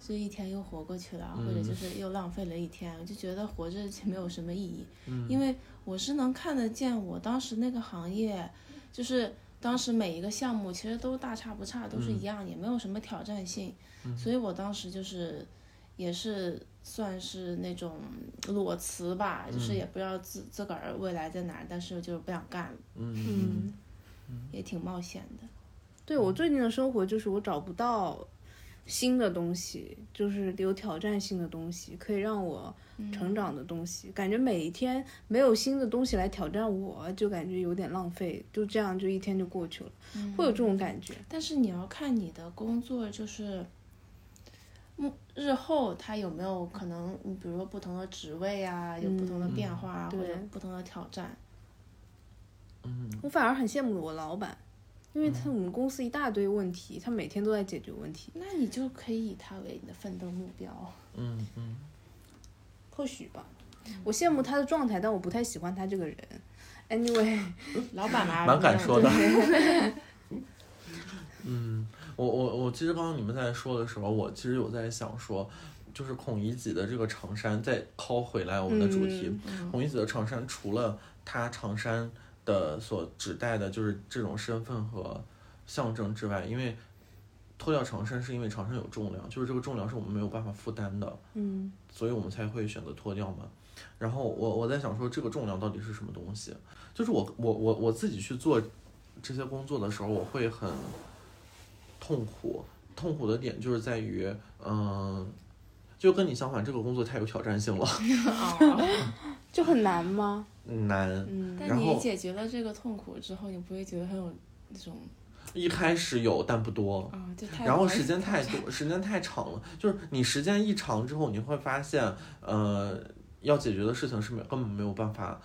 Speaker 3: 这一天又活过去了，
Speaker 2: 嗯
Speaker 3: 或者就是又浪费了一天，我就觉得活着就没有什么意义。
Speaker 2: 嗯
Speaker 3: 因为我是能看得见我当时那个行业，就是当时每一个项目其实都大差不差，都是
Speaker 2: 嗯
Speaker 3: 一样，也没有什么挑战性，所以我当时就是也是算是那种裸辞吧，
Speaker 2: 嗯
Speaker 3: 就是也不知道自自个儿未来在哪儿，但是就是不想干了，
Speaker 2: 嗯
Speaker 3: 也挺冒险的。
Speaker 1: 对我最近的生活就是我找不到新的东西，就是有挑战性的东西，可以让我成长的东西。感觉每一天没有新的东西来挑战我，就感觉有点浪费。就这样，就一天就过去了，会有这种感觉。
Speaker 3: 但是你要看你的工作就是，嗯，日后它有没有可能，你比如说不同的职位啊，有不同的变化啊，
Speaker 1: 对
Speaker 3: 或者不同的挑战。
Speaker 2: 嗯
Speaker 1: 我反而很羡慕我老板，因为他我们公司一大堆问题，他每天都在解决问题。
Speaker 3: 那你就可以以它为你的奋斗目标。
Speaker 2: 嗯嗯，
Speaker 1: 或许吧。我羡慕他的状态，但我不太喜欢他这个人。Anyway，
Speaker 3: 老板嘛，
Speaker 2: 蛮敢说的
Speaker 3: 对。
Speaker 2: 嗯，我我我其实刚刚你们在说的时候，我其实有在想说，就是孔乙己的这个长衫再抛回来我们的主题。
Speaker 3: 嗯
Speaker 2: 孔乙己的长衫除了他长衫的所指代的就是这种身份和象征之外，因为脱掉长衫是因为长衫有重量，就是这个重量是我们没有办法负担的，
Speaker 1: 嗯
Speaker 2: 所以我们才会选择脱掉嘛。然后我我在想说这个重量到底是什么东西？就是我我我我自己去做这些工作的时候，我会很痛苦。痛苦的点就是在于，嗯、就跟你相反，这个工作太有挑战性了，
Speaker 3: 哦
Speaker 1: 就很难吗？
Speaker 2: 难。
Speaker 1: 嗯
Speaker 3: 但
Speaker 2: 然
Speaker 3: 你
Speaker 2: 后
Speaker 3: 解决了这个痛苦之后，你不会觉得很有那种
Speaker 2: 一开始有，但不多。
Speaker 3: 啊，就太
Speaker 2: 哦然后
Speaker 3: 难
Speaker 2: 时间太多，时间太长了，就是你时间一长之后，你会发现，呃，要解决的事情是没根本没有办法，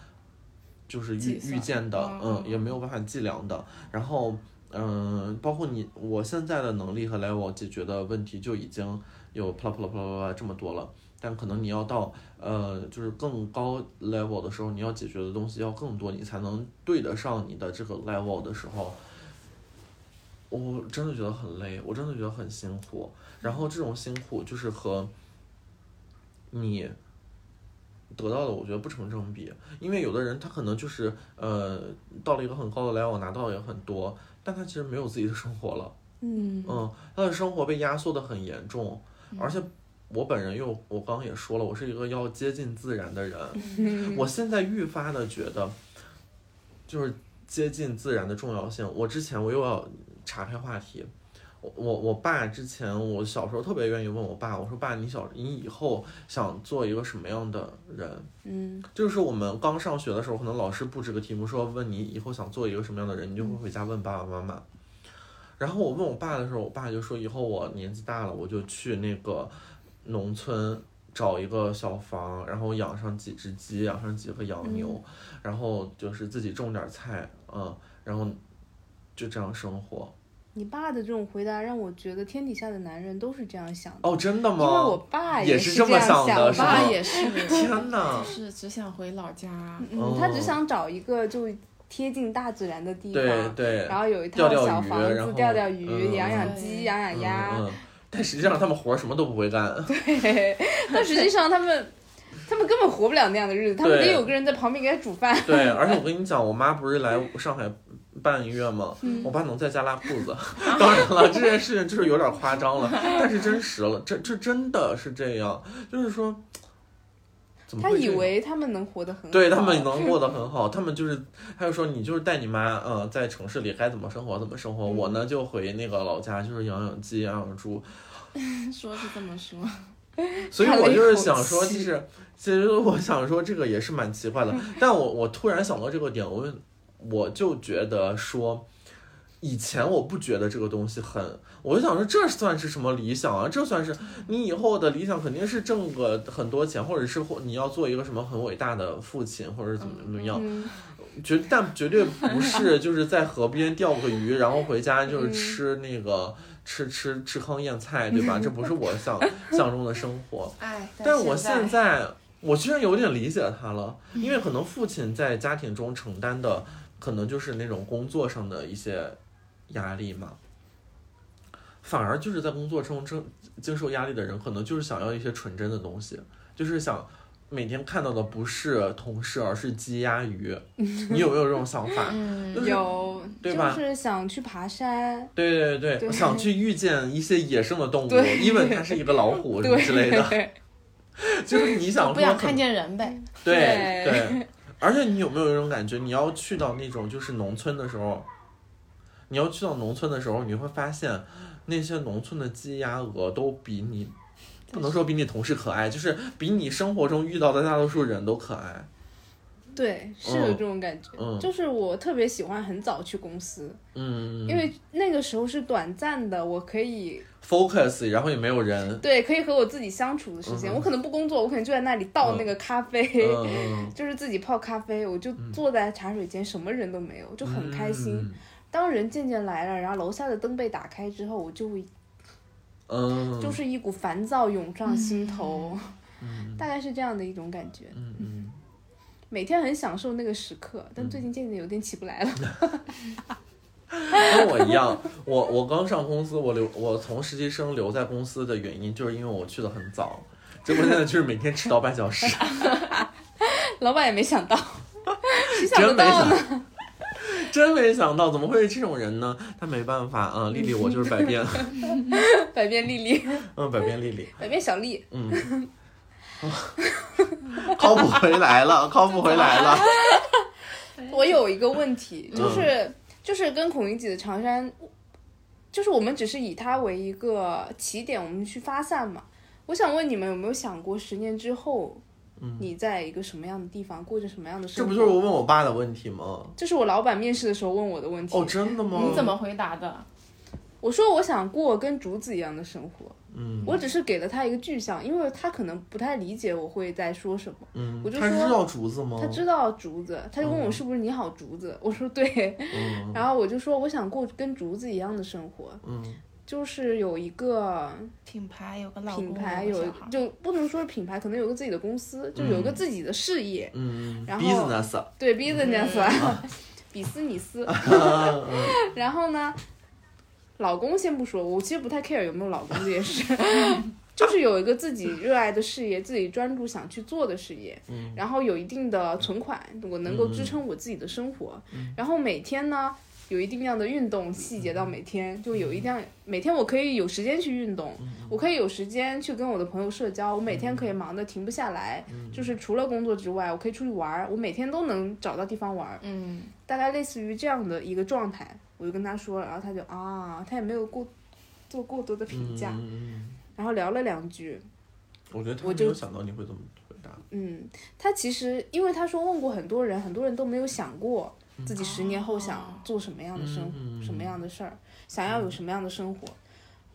Speaker 2: 就是预
Speaker 3: 计算
Speaker 2: 预见的，
Speaker 3: 嗯
Speaker 2: 嗯，也没有办法计量的。然后，嗯、包括你我现在的能力和 level 解决的问题就已经有啪啦啪啦啪啦啪啦这么多了，但可能你要到呃，就是更高 level 的时候，你要解决的东西要更多，你才能对得上你的这个 level 的时候，我真的觉得很累，我真的觉得很辛苦。然后这种辛苦就是和你得到的，我觉得不成正比。因为有的人他可能就是呃，到了一个很高的 level，拿到也很多，但他其实没有自己的生活了。
Speaker 1: 嗯
Speaker 2: 嗯，他的生活被压缩的很严重，而且我本人又，我刚刚也说了，我是一个要接近自然的人，我现在愈发的觉得，就是接近自然的重要性。我之前我又要岔开话题，我我我爸之前我小时候特别愿意问我爸，我说爸，你小你以后想做一个什么样的人？
Speaker 1: 嗯
Speaker 2: 就是我们刚上学的时候，可能老师布置个题目，说问你以后想做一个什么样的人，
Speaker 1: 嗯
Speaker 2: 你就会回家问爸爸妈妈。然后我问我爸的时候，我爸就说以后我年纪大了，我就去那个农村找一个小房，然后养上几只鸡，养上几个
Speaker 1: 嗯
Speaker 2: 羊牛，然后就是自己种点菜，嗯，然后就这样生活。
Speaker 1: 你爸的这种回答让我觉得天底下的男人都是这样想的，
Speaker 2: 哦，真的
Speaker 1: 因为我
Speaker 2: 吗？
Speaker 1: 爸
Speaker 2: 也是
Speaker 1: 是
Speaker 2: 这么
Speaker 1: 样
Speaker 2: 想的
Speaker 1: 我
Speaker 2: 是
Speaker 1: 爸
Speaker 2: 吗
Speaker 3: 爸
Speaker 1: 也
Speaker 3: 也是，
Speaker 2: 天哪
Speaker 3: 就！是只想回老家。
Speaker 1: 嗯，他只
Speaker 2: 哦
Speaker 1: 想找一个就贴近大自然的地方，
Speaker 2: 对对，
Speaker 1: 嗯然后有一套
Speaker 2: 钓钓
Speaker 1: 小
Speaker 2: 鱼
Speaker 1: 房
Speaker 2: 然
Speaker 1: 子，
Speaker 2: 后
Speaker 1: 钓钓鱼，
Speaker 2: 嗯
Speaker 1: 养养
Speaker 3: 对
Speaker 1: 鸡，养养鸭。
Speaker 2: 嗯嗯，但实际上他们活儿什么都不会干。
Speaker 1: 对，但实际上他们，他们根本活不了那样的日子，他们
Speaker 2: 对
Speaker 1: 得有个人在旁边给他煮饭。
Speaker 2: 对，而且我跟你讲，我妈不是来上海半月吗？
Speaker 3: 嗯
Speaker 2: 我爸能在家拉裤子。 当然了，这件事情就是有点夸张了，但是真实了，这这真的是这样，就是说，怎么
Speaker 1: 他
Speaker 2: 会这
Speaker 1: 以
Speaker 2: 样
Speaker 1: 为他们能活得很好，
Speaker 2: 对他们能过得 很好，他们就是，他就说你就是带你妈，呃，在城市里该怎么生活怎么生活，我呢就回那个老家，就是养养鸡养养猪，
Speaker 3: 说是这么说，
Speaker 2: 所以
Speaker 1: 叹了
Speaker 2: 我
Speaker 1: 一
Speaker 2: 就是
Speaker 1: 口
Speaker 2: 想说，
Speaker 1: 气嗯
Speaker 2: 就是其实我想说这个也是蛮奇怪的，但我我突然想到这个点，我我就觉得说，以前我不觉得这个东西很，我就想说这算是什么理想啊？这
Speaker 1: 嗯
Speaker 2: 算是你以后的理想肯定是挣个很多钱，或者是或你要做一个什么很伟大的父亲，或者怎么怎么样，
Speaker 1: 嗯，
Speaker 2: 绝但绝对不 是就是在河边钓个鱼，然后回家就是
Speaker 1: 嗯
Speaker 2: 吃那个。吃吃吃糠咽菜，对吧？这不是 我想象中的生活。
Speaker 3: 哎，
Speaker 2: 但我现在嗯我居然有点理解他了，因为可能父亲在家庭中承担的可能就是那种工作上的一些压力嘛，反而就是在工作中经经受压力的人，可能就是想要一些纯真的东西，就是想。每天看到的不是同事，而是鸡鸭鱼，你有没有这种想 法？
Speaker 3: 嗯，
Speaker 2: 就是
Speaker 1: 有，
Speaker 2: 对吧
Speaker 1: 就是想去爬山，
Speaker 2: 对对对，
Speaker 1: 对
Speaker 2: 想去遇见一些野生的动物
Speaker 1: 对
Speaker 2: ，even 它是一个老 虎什么
Speaker 1: 对，
Speaker 2: 之类的， 就是你想
Speaker 3: 不
Speaker 2: 说
Speaker 3: 想
Speaker 2: 很
Speaker 3: 看见人呗。
Speaker 2: 对
Speaker 1: 对
Speaker 2: 对，而且你有没有一种感觉，你要去到那种就是农村的时候，你要去到农村的时候，你会发现那些农村的鸡鸭鹅都比你，不能说比你同事可爱，就是比你生活中遇到的大多数人都可爱。
Speaker 1: 对，是有这种感觉。
Speaker 2: 嗯
Speaker 1: 就是我特别喜欢很早去公司，
Speaker 2: 嗯，
Speaker 1: 因为那个时候是短暂的，我可以
Speaker 2: focus，然后也没 有人。
Speaker 1: 对可以和我自己相处的时间。
Speaker 2: 嗯
Speaker 1: 我可能不工作，我可能就在那里倒那个咖啡，
Speaker 2: 嗯嗯，
Speaker 1: 就是自己泡咖啡，我就坐在茶水间，什么人都没有，就很开心。
Speaker 2: 嗯
Speaker 1: 当人渐渐来了，然后楼下的灯被打开之后，我就会
Speaker 2: 嗯。嗯，
Speaker 1: 就是一股烦躁涌上心头，
Speaker 2: 嗯
Speaker 1: 大概是这样的一种感觉。
Speaker 2: 嗯嗯，
Speaker 1: 每天很享受那个时刻，但最近渐渐有点起不 来了。
Speaker 2: 跟我一样， 我我刚上公司，我留我从实习生留在公司的原因，就是因为我去的很早，结果现在就是每天迟到半小时，
Speaker 1: 老板也没想 到，谁 想得
Speaker 2: 真没
Speaker 1: 到呢？
Speaker 2: 想， 真没想到，怎么会是这种人呢？他没办法，嗯，丽丽我就是百变，
Speaker 1: 百变丽 丽，
Speaker 2: 嗯，百变丽丽，
Speaker 1: 百变小丽，
Speaker 2: 嗯，靠不回来了，靠不回来了，
Speaker 1: 我有一个问题，
Speaker 2: 嗯
Speaker 1: 就是就是跟孔乙己的长衫，就是我们只是以它为一个起点，我们去发散嘛。我想问你们有没有想过，十年之后，你在一个什么样的地方，过着什么样的
Speaker 2: 嗯这
Speaker 1: 生
Speaker 2: 不
Speaker 1: 活？
Speaker 2: 就是我问我爸的问题吗？
Speaker 1: 这是我老板面试的时候问我的问题。
Speaker 2: 哦，真的吗？
Speaker 3: 你怎么回答的？
Speaker 1: 我说我想过跟竹子一样的生活，
Speaker 2: 嗯
Speaker 1: 我只是给了他一个具象，因为他可能不太理解我会在说什么。
Speaker 2: 嗯，
Speaker 1: 我就
Speaker 2: 他知
Speaker 1: 说
Speaker 2: 道竹子吗？
Speaker 1: 他知道竹子，他就问我是不是你好竹子，我说对，
Speaker 2: 哦嗯
Speaker 1: 然后我就说我想过跟竹子一样的生活，
Speaker 2: 嗯
Speaker 1: 就是有一个
Speaker 3: 品牌有个老公，
Speaker 1: 品牌，
Speaker 3: 有
Speaker 1: 有
Speaker 3: 个小孩
Speaker 1: 就不能说是品牌，可能有个自己的公司，就有一个自己的事业，
Speaker 2: 嗯
Speaker 1: 然后
Speaker 2: ，business，
Speaker 1: 对 business，、比啊
Speaker 3: 嗯
Speaker 1: 斯尼斯，然后呢，老公先不说，我其实不太 care 有没有老公这件事。 就是有一个自己热爱的事业，自己专注想去做的事业，
Speaker 2: 嗯
Speaker 1: 然后有一定的存款，我能够支撑我自己的生活，然后每天呢有一定量的运动细节到每天，就有一定量每天我可以有时间去运动，我可以有时间去跟我的朋友社交，我每天可以忙得停不下来，就是除了工作之外，我可以出去玩儿，我每天都能找到地方玩儿，
Speaker 3: 嗯，
Speaker 1: 大概类似于这样的一个状态，我就跟他说了，然后他就啊，他也没有过做过多的评价，
Speaker 2: 嗯，
Speaker 1: 然后聊了两句，
Speaker 2: 我觉得他
Speaker 1: 我
Speaker 2: 没
Speaker 1: 就
Speaker 2: 有想到你会这么回答。
Speaker 1: 嗯，他其实因为他说问过很多人，很多人都没有想过自己十年后想做什么样的生活，
Speaker 2: 嗯
Speaker 1: 什么样的事儿，想要有什么样的生活，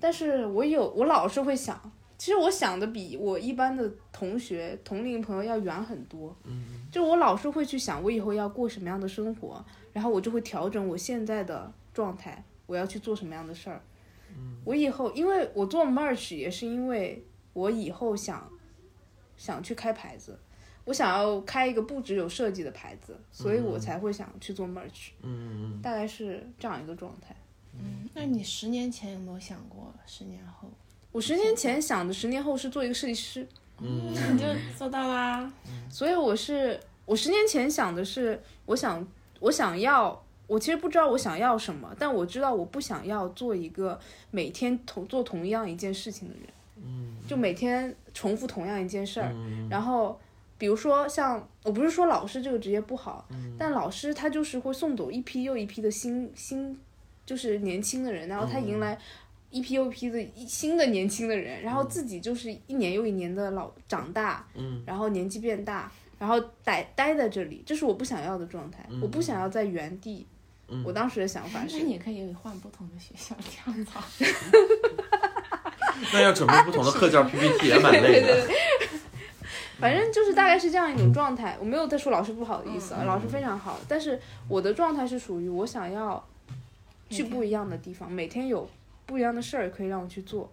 Speaker 1: 但是我有我老是会想，其实我想的比我一般的同学同龄朋友要远很多，
Speaker 2: 嗯
Speaker 1: 就我老是会去想我以后要过什么样的生活，然后我就会调整我现在的状态，我要去做什么样的事儿。
Speaker 2: 嗯
Speaker 1: 我以后，因为我做 merch 也是因为我以后想想去开牌子，我想要开一个不只有设计的牌子，所以我才会想去做 merch，、
Speaker 2: 嗯
Speaker 1: 大概是这样一个状态。
Speaker 3: 嗯，那你十年前有没有想过十年后？
Speaker 1: 我十年前想的，十年后是做一个设计师，
Speaker 2: 嗯
Speaker 3: 你就做到啦。
Speaker 1: 所以我是我十年前想的是，我想我想要，我其实不知道我想要什么，但我知道我不想要做一个每天同做同样一件事情的人，嗯，就每天重复同样一件事儿，
Speaker 2: 嗯
Speaker 1: 然后。比如说像，我不是说老师这个职业不好，
Speaker 2: 嗯
Speaker 1: 但老师他就是会送走一批又一批的新新，就是年轻的人，然后他
Speaker 2: 嗯
Speaker 1: 迎来一批又一批的一新的年轻的人，然后自己就是一年又一年的老长大，
Speaker 2: 嗯
Speaker 1: 然后年纪变大，然后待待在这里，这是我不想要的状态。我不想要在原地。
Speaker 2: 嗯
Speaker 1: 我当时的想法
Speaker 3: 嗯哎那
Speaker 1: 是，
Speaker 3: 你可以换不同的学校跳槽。
Speaker 2: 那要准备不同 的课件 PPT 也蛮
Speaker 1: 对对
Speaker 2: 累
Speaker 1: 对
Speaker 2: 的。
Speaker 1: 对，反正就是大概是这样一种状态。我没有在说老师不好的意思
Speaker 3: 嗯
Speaker 1: 啊，老师非常好，但是我的状态是属于我想要去不一样的地方，每天有不一样的事儿可以让我去做。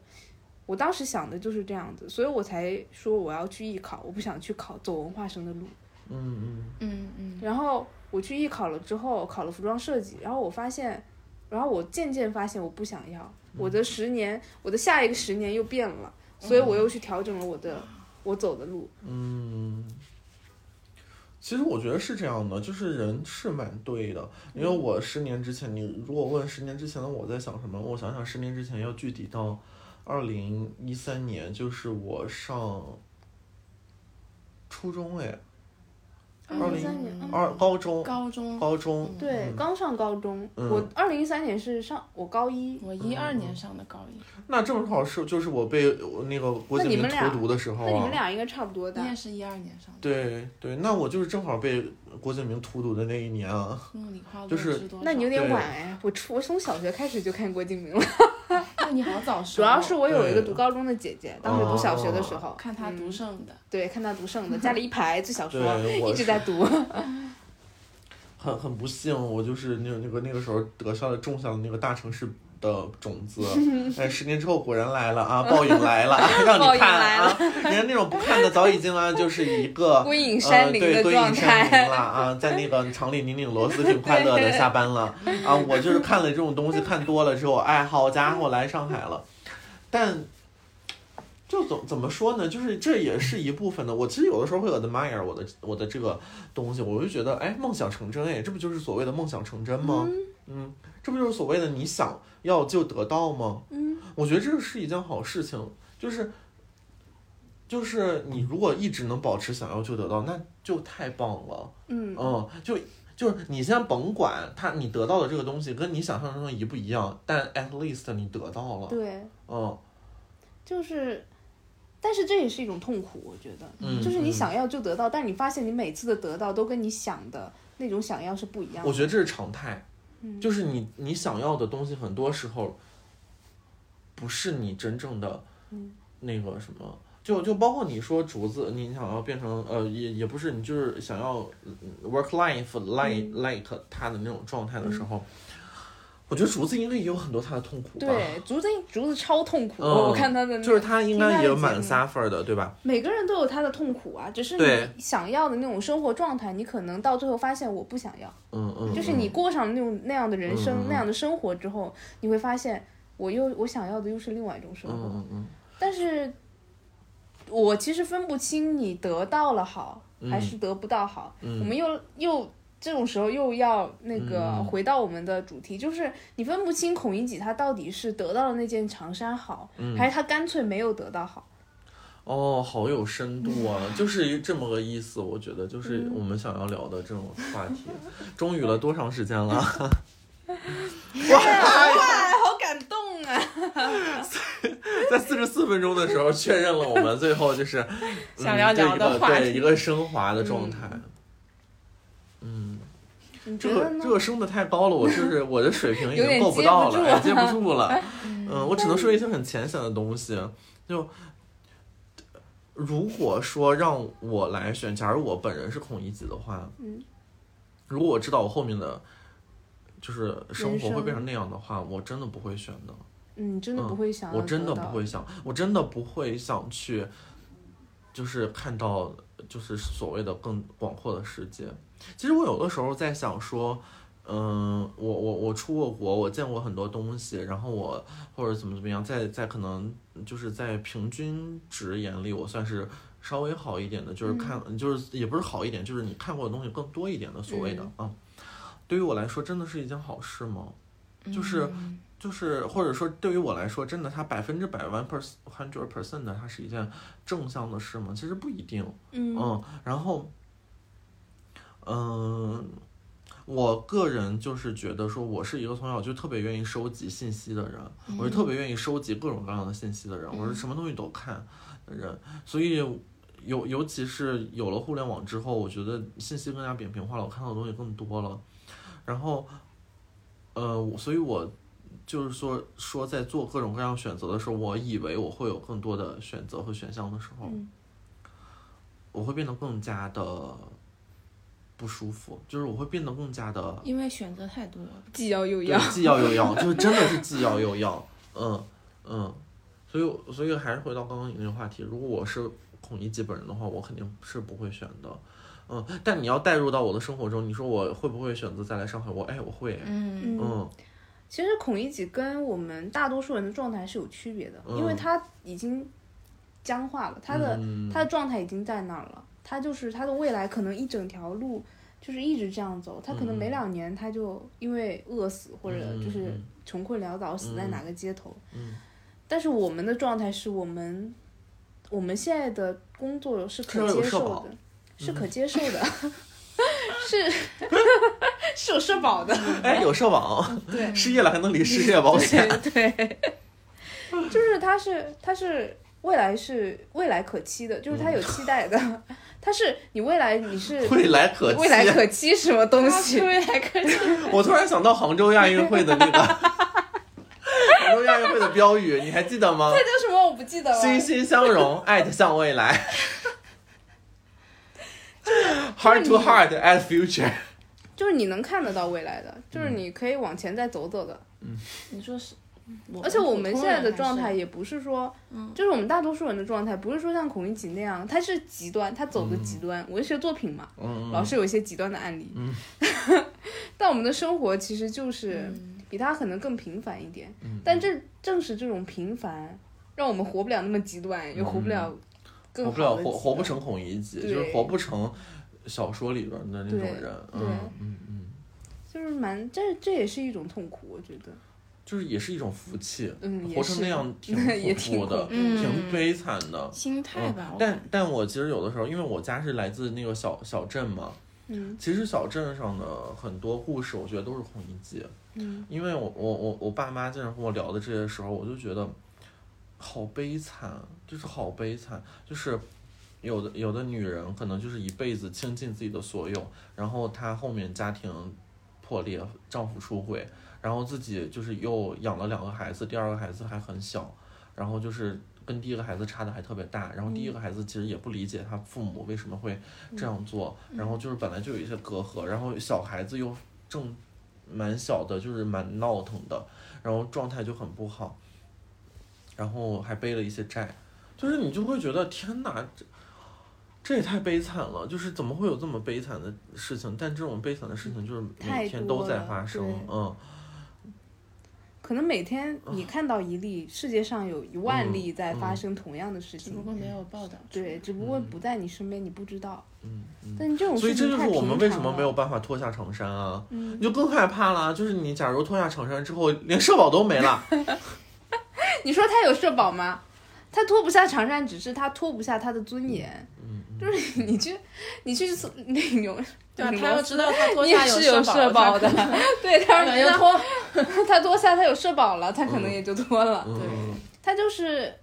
Speaker 1: 我当时想的就是这样子，所以我才说我要去艺考，我不想去考走文化生的路。
Speaker 2: 嗯
Speaker 3: 嗯嗯，
Speaker 1: 然后我去艺考了之后，考了服装设计，然后我发现，然后我渐渐发现我不想要，我
Speaker 2: 嗯
Speaker 1: 的十年，我的下一个十年又变了，所以我又去调整了我的我走的路。
Speaker 2: 嗯嗯。其实我觉得是这样的，就是人是蛮对的，因为我十年之前，你如果问十年之前的我在想什么，我想想十年之前要具体到二零一三年，就是我上初中哎，二零
Speaker 1: 2013年
Speaker 3: 嗯
Speaker 2: 二高中
Speaker 3: 高中，
Speaker 2: 高中
Speaker 1: 嗯对，刚上高中，
Speaker 2: 嗯
Speaker 1: 我二零一三年是上我高一，
Speaker 3: 我一二年上的高一，
Speaker 2: 那正好是就是我被我那个郭敬
Speaker 1: 那你
Speaker 2: 明
Speaker 1: 们俩
Speaker 2: 投毒的时候
Speaker 1: 那你们
Speaker 2: 啊，
Speaker 1: 俩应该差不多大
Speaker 3: 你。也是一二年上的。
Speaker 2: 对对，那我就是正好被郭敬明荼毒的那一 年啊，
Speaker 3: 嗯，理化
Speaker 2: 就
Speaker 3: 论
Speaker 2: 是
Speaker 3: 是多少？
Speaker 1: 那你有点
Speaker 2: 对
Speaker 1: 晚哎，我初我从小学开始就看郭敬明了，
Speaker 3: 那你好早 熟
Speaker 1: 主
Speaker 3: 哦。
Speaker 1: 要是我有一个
Speaker 2: 对哦
Speaker 1: 读高中的姐姐，当时读小学的时候，
Speaker 3: 看他读
Speaker 1: 嗯
Speaker 3: 剩的，
Speaker 1: 对，看她读圣的，家里一排最小说
Speaker 2: 对，我
Speaker 1: 一直在读，
Speaker 2: 很很不幸，我就是那个那个那个时候得上了种下了那个大城市的 种子，但十年之后果然来了啊，报应来了，啊、让
Speaker 1: 报
Speaker 2: 你
Speaker 1: 应
Speaker 2: 看
Speaker 1: 来
Speaker 2: 啊，人家那种不看的早已经啊，就是一 个
Speaker 1: 归隐山林
Speaker 2: 呃、对
Speaker 1: 的
Speaker 2: 归
Speaker 1: 状
Speaker 2: 隐山
Speaker 1: 态
Speaker 2: 林了啊，在那个厂里拧拧螺丝挺快 乐的，下班了啊，我就是看了这种东西看多了之后，哎，好家伙，来上海了，但。就怎怎么说呢？就是这也是一部分的。我其实有的时候会 admire 我的我的这个东西，我就觉得，哎，梦想成真，哎，这不就是所谓的梦想成真吗？嗯，这不就是所谓的你想要就得到吗？
Speaker 1: 嗯，
Speaker 2: 我觉得这是一件好事情，就是，就是你如果一直能保持想要就得到，那就太棒了。
Speaker 1: 嗯
Speaker 2: 嗯，就就是你先甭管它你得到的这个东西跟你想象中的一不一样，但 at least 你得到了。
Speaker 1: 对，
Speaker 2: 嗯，
Speaker 1: 就是，但是这也是一种痛苦，我觉得，
Speaker 2: 嗯
Speaker 1: 就是你
Speaker 2: 嗯
Speaker 1: 想要就得到，但你发现你每次的得到都跟你想的那种想要是不一样
Speaker 2: 我
Speaker 1: 的。
Speaker 2: 觉得这是常态，
Speaker 1: 嗯
Speaker 2: 就是你你想要的东西很多时候不是你真正的
Speaker 1: 嗯
Speaker 2: 那个什么。就就包括你说竹子，你想要变成呃，也也不是，你就是想要嗯 work life
Speaker 1: 嗯
Speaker 2: like、like 他的那种状态的时候，我觉得竹子应该也有很多他的痛苦吧。
Speaker 1: 对，竹子竹子超痛苦，
Speaker 2: 嗯
Speaker 1: 我看他的那
Speaker 2: 就是他应该
Speaker 1: 听他
Speaker 2: 也
Speaker 1: 的
Speaker 2: 蛮
Speaker 1: 节目
Speaker 2: suffer 的，对吧？
Speaker 1: 每个人都有他的痛苦啊，只是
Speaker 2: 对
Speaker 1: 你想要的那种生活状态，你可能到最后发现我不想要，
Speaker 2: 嗯嗯，
Speaker 1: 就是你过上那种那样的人生、
Speaker 2: 嗯嗯
Speaker 1: 那样的生活之后，你会发现我又我想要的又是另外一种生
Speaker 2: 嗯，
Speaker 1: 活，
Speaker 2: 嗯嗯
Speaker 1: 但是。我其实分不清你得到了好
Speaker 2: 嗯
Speaker 1: 还是得不到好，
Speaker 2: 嗯，
Speaker 1: 我们又又这种时候又要那个
Speaker 2: 嗯
Speaker 1: 回到我们的主题，就是你分不清孔乙己他到底是得到了那件长衫好，
Speaker 2: 嗯
Speaker 1: 还是他干脆没有得到好。
Speaker 2: 哦，好有深度啊，就是这么个意思。我觉得就是
Speaker 1: 嗯
Speaker 2: 我们想要聊的这种话题，终于了多长时间了？ 哇，
Speaker 1: 哎，好感动啊！
Speaker 2: 在四十四分钟的时候确认了我们最后就是、嗯、
Speaker 3: 想要聊的话
Speaker 2: 这一个对
Speaker 3: 题
Speaker 2: 一个升华的状态。嗯，
Speaker 1: 你觉
Speaker 2: 这
Speaker 1: 得
Speaker 2: 个
Speaker 1: 呢？
Speaker 2: 这个升的太高了，我就是我的水 平
Speaker 1: 有
Speaker 2: 已经
Speaker 1: 点
Speaker 2: 够不
Speaker 1: 接
Speaker 2: 到
Speaker 1: 不
Speaker 2: 了，
Speaker 1: 住
Speaker 2: 哎接不 住了。嗯，我只能说一些很浅显的东西。就如果说让我来选，假如我本人是孔乙己的话，
Speaker 1: 嗯，
Speaker 2: 如果我知道我后面的就是生
Speaker 1: 人
Speaker 2: 活会变
Speaker 1: 生
Speaker 2: 成那样的话，我真的不会选的，
Speaker 1: 嗯，你真的不会想、
Speaker 2: 我真的不。会想，我真的不会想去，就是看到就是所谓的更广阔的世界。其实我有的时候在想说。嗯，我我我出过国，我见过很多东西，然后我或者怎么怎么样，在在可能就是在平均值眼里，我算是稍微好一点的，就是看、就是也不是好一点，就是你看过的东西更多一点的所谓的啊、嗯对于我来说，真的是一件好事吗？就是就是或者说对于我来说，真的它百分之百 one per hundred percent 的，它是一件正向的事吗？其实不一定。
Speaker 1: 嗯
Speaker 2: 嗯，然后，嗯，我个人就是觉得说，我是一个从小就特别愿意收集信息的人，我是特别愿意收集各种各样的信息的人，我是什么东西都看的人，所以尤尤其是有了互联网之后，我觉得信息更加扁平化了，我看到的东西更多了，然后，呃，我所以我。就是说，说在做各种各样选择的时候，我以为我会有更多的选择和选项的时候，
Speaker 1: 嗯
Speaker 2: 我会变得更加的不舒服，就是我会变得更加的
Speaker 3: 因为选择太多了，
Speaker 1: 既要又
Speaker 2: 对
Speaker 1: 要，
Speaker 2: 既要又要，就是真的是既要又要， 嗯嗯，所以我所以还是回到刚刚你那个话题，如果我是孔乙己本人的话，我肯定是不会选的，嗯，但你要带入到我的生活中，你说我会不会选择再来上海？我哎，我会，
Speaker 3: 嗯，
Speaker 1: 嗯
Speaker 2: 嗯
Speaker 1: 其实孔乙己跟我们大多数人的状态是有区别的，
Speaker 2: 嗯
Speaker 1: 因为他已经僵化了，他的、
Speaker 2: 嗯
Speaker 1: 他的状态已经在那儿了，他就是他的未来可能一整条路就是一直这样走，他可能
Speaker 2: 嗯
Speaker 1: 没两年他就因为饿死或者就是
Speaker 2: 嗯
Speaker 1: 穷困潦倒死在
Speaker 2: 嗯
Speaker 1: 哪个街头，
Speaker 2: 嗯
Speaker 1: 但是我们的状态是我们我们现在的工作是
Speaker 2: 是
Speaker 1: 可
Speaker 2: 要有
Speaker 1: 接
Speaker 2: 社
Speaker 1: 受
Speaker 2: 保嗯
Speaker 1: 的，是可接受的， 是是有社保的。
Speaker 2: 哎，有社保，
Speaker 1: 嗯对
Speaker 2: 失业了还能领失业保险，
Speaker 1: 对，对就是他是他是未来是未来可期的，就是他有期待的， 他是你未来你是
Speaker 2: 未来可期，
Speaker 1: 未来可期什么东西？
Speaker 3: 未来可期，
Speaker 2: 我突然想到杭州亚运会的那个杭州亚运会的标语，你还记得吗？
Speaker 1: 那叫什么我不记得了。
Speaker 2: 欣欣相融，at 向未 来。Heart to heart at future，
Speaker 1: 就是你能看得到未来的，就是你可以往前再走走的。
Speaker 3: 你说是
Speaker 1: 而且嗯我们现在的
Speaker 3: 普通人
Speaker 1: 状
Speaker 3: 还是
Speaker 1: 态也不是说，
Speaker 3: 嗯
Speaker 1: 就是我们大多数人的状态，不是说像孔令己那样，他是极端，他走的极端，文学作品嘛，
Speaker 2: 嗯，
Speaker 1: 老是有一些极端的案例。 但我们的生活其实就是比他可能更平凡一点，
Speaker 2: 嗯
Speaker 1: 但正正是这种平凡，让我们活不了那么极端，也嗯活不了更
Speaker 2: 活不
Speaker 1: 好
Speaker 2: 了
Speaker 1: 的
Speaker 2: 活
Speaker 1: 极
Speaker 2: 活不
Speaker 1: 端
Speaker 2: 成孔乙己，就
Speaker 1: 对
Speaker 2: 是活不成小说里边的那
Speaker 1: 对
Speaker 2: 种人，
Speaker 1: 对
Speaker 2: 嗯嗯嗯，
Speaker 1: 就是蛮这这也是一种痛苦，我觉得，
Speaker 2: 就是也是一种福气，
Speaker 1: 嗯，也
Speaker 2: 活成
Speaker 1: 是
Speaker 2: 那样 挺
Speaker 1: 也
Speaker 2: 恐怖
Speaker 1: 挺
Speaker 2: 的，
Speaker 1: 恐怖
Speaker 3: 嗯
Speaker 2: 挺悲惨的。嗯
Speaker 3: 心态吧，我
Speaker 2: 哦但但我其实有的时候，因为我家是来自那个小小镇嘛，
Speaker 1: 嗯
Speaker 2: 其实小镇上的很多故事，我觉得都是孔乙己。
Speaker 1: 嗯
Speaker 2: 因为我我我我爸妈经常跟我聊的这些时候，我就觉得好悲惨，啊就是好悲惨，就是有的有的女人可能就是一辈子倾尽自己的所有，然后她后面家庭破裂，丈夫出轨，然后自己就是又养了两个孩子，第二个孩子还很小，然后就是。跟第一个孩子差的还特别大，然后第一
Speaker 1: 嗯
Speaker 2: 个孩子其实也不理解他父母为什么会这样做，
Speaker 1: 嗯
Speaker 2: 然后就是本来就有一些隔阂，然后小孩子又正蛮小的，就是蛮闹腾的，然后状态就很不好，然后还背了一些债，就是你就会觉得天哪，这这也太悲惨了，就是怎么会有这么悲惨的事情？但这种悲惨的事情就是每
Speaker 1: 嗯太
Speaker 2: 天
Speaker 1: 多
Speaker 2: 都在
Speaker 1: 了
Speaker 2: 发生
Speaker 1: 对，
Speaker 2: 嗯，
Speaker 1: 可能每天你
Speaker 2: 啊
Speaker 1: 看到一例，世界上有一
Speaker 2: 嗯
Speaker 1: 万例在发生同样的事
Speaker 3: 只
Speaker 1: 情
Speaker 3: 不，过没有报道出
Speaker 1: 嗯
Speaker 3: 来。
Speaker 1: 对，只不过不在你身边，你不知道。
Speaker 2: 嗯嗯
Speaker 1: 但这种
Speaker 2: 所以
Speaker 1: 事情
Speaker 2: 这就
Speaker 1: 太
Speaker 2: 是我们
Speaker 1: 平
Speaker 2: 为
Speaker 1: 常
Speaker 2: 什么
Speaker 1: 了
Speaker 2: 没有办法脱下长衫啊，
Speaker 1: 嗯
Speaker 2: 你就更害怕啦。就是你假如脱下长衫之后，连社保都没了，
Speaker 1: 你说他有社保吗？他脱不下长衫，只是他脱不下他的尊严。
Speaker 2: 嗯
Speaker 1: 就是 你去，你去搜 那种，
Speaker 3: 对啊，
Speaker 1: 你
Speaker 3: 他要知道他脱
Speaker 1: 你也
Speaker 3: 下
Speaker 1: 是
Speaker 3: 有
Speaker 1: 社保的， 对，他
Speaker 3: 他可能
Speaker 1: 要
Speaker 3: 又
Speaker 1: 知道
Speaker 3: 脱。
Speaker 1: 他脱下他有社保了，他可能
Speaker 2: 嗯
Speaker 1: 也就脱了。
Speaker 2: 嗯，
Speaker 1: 他就是，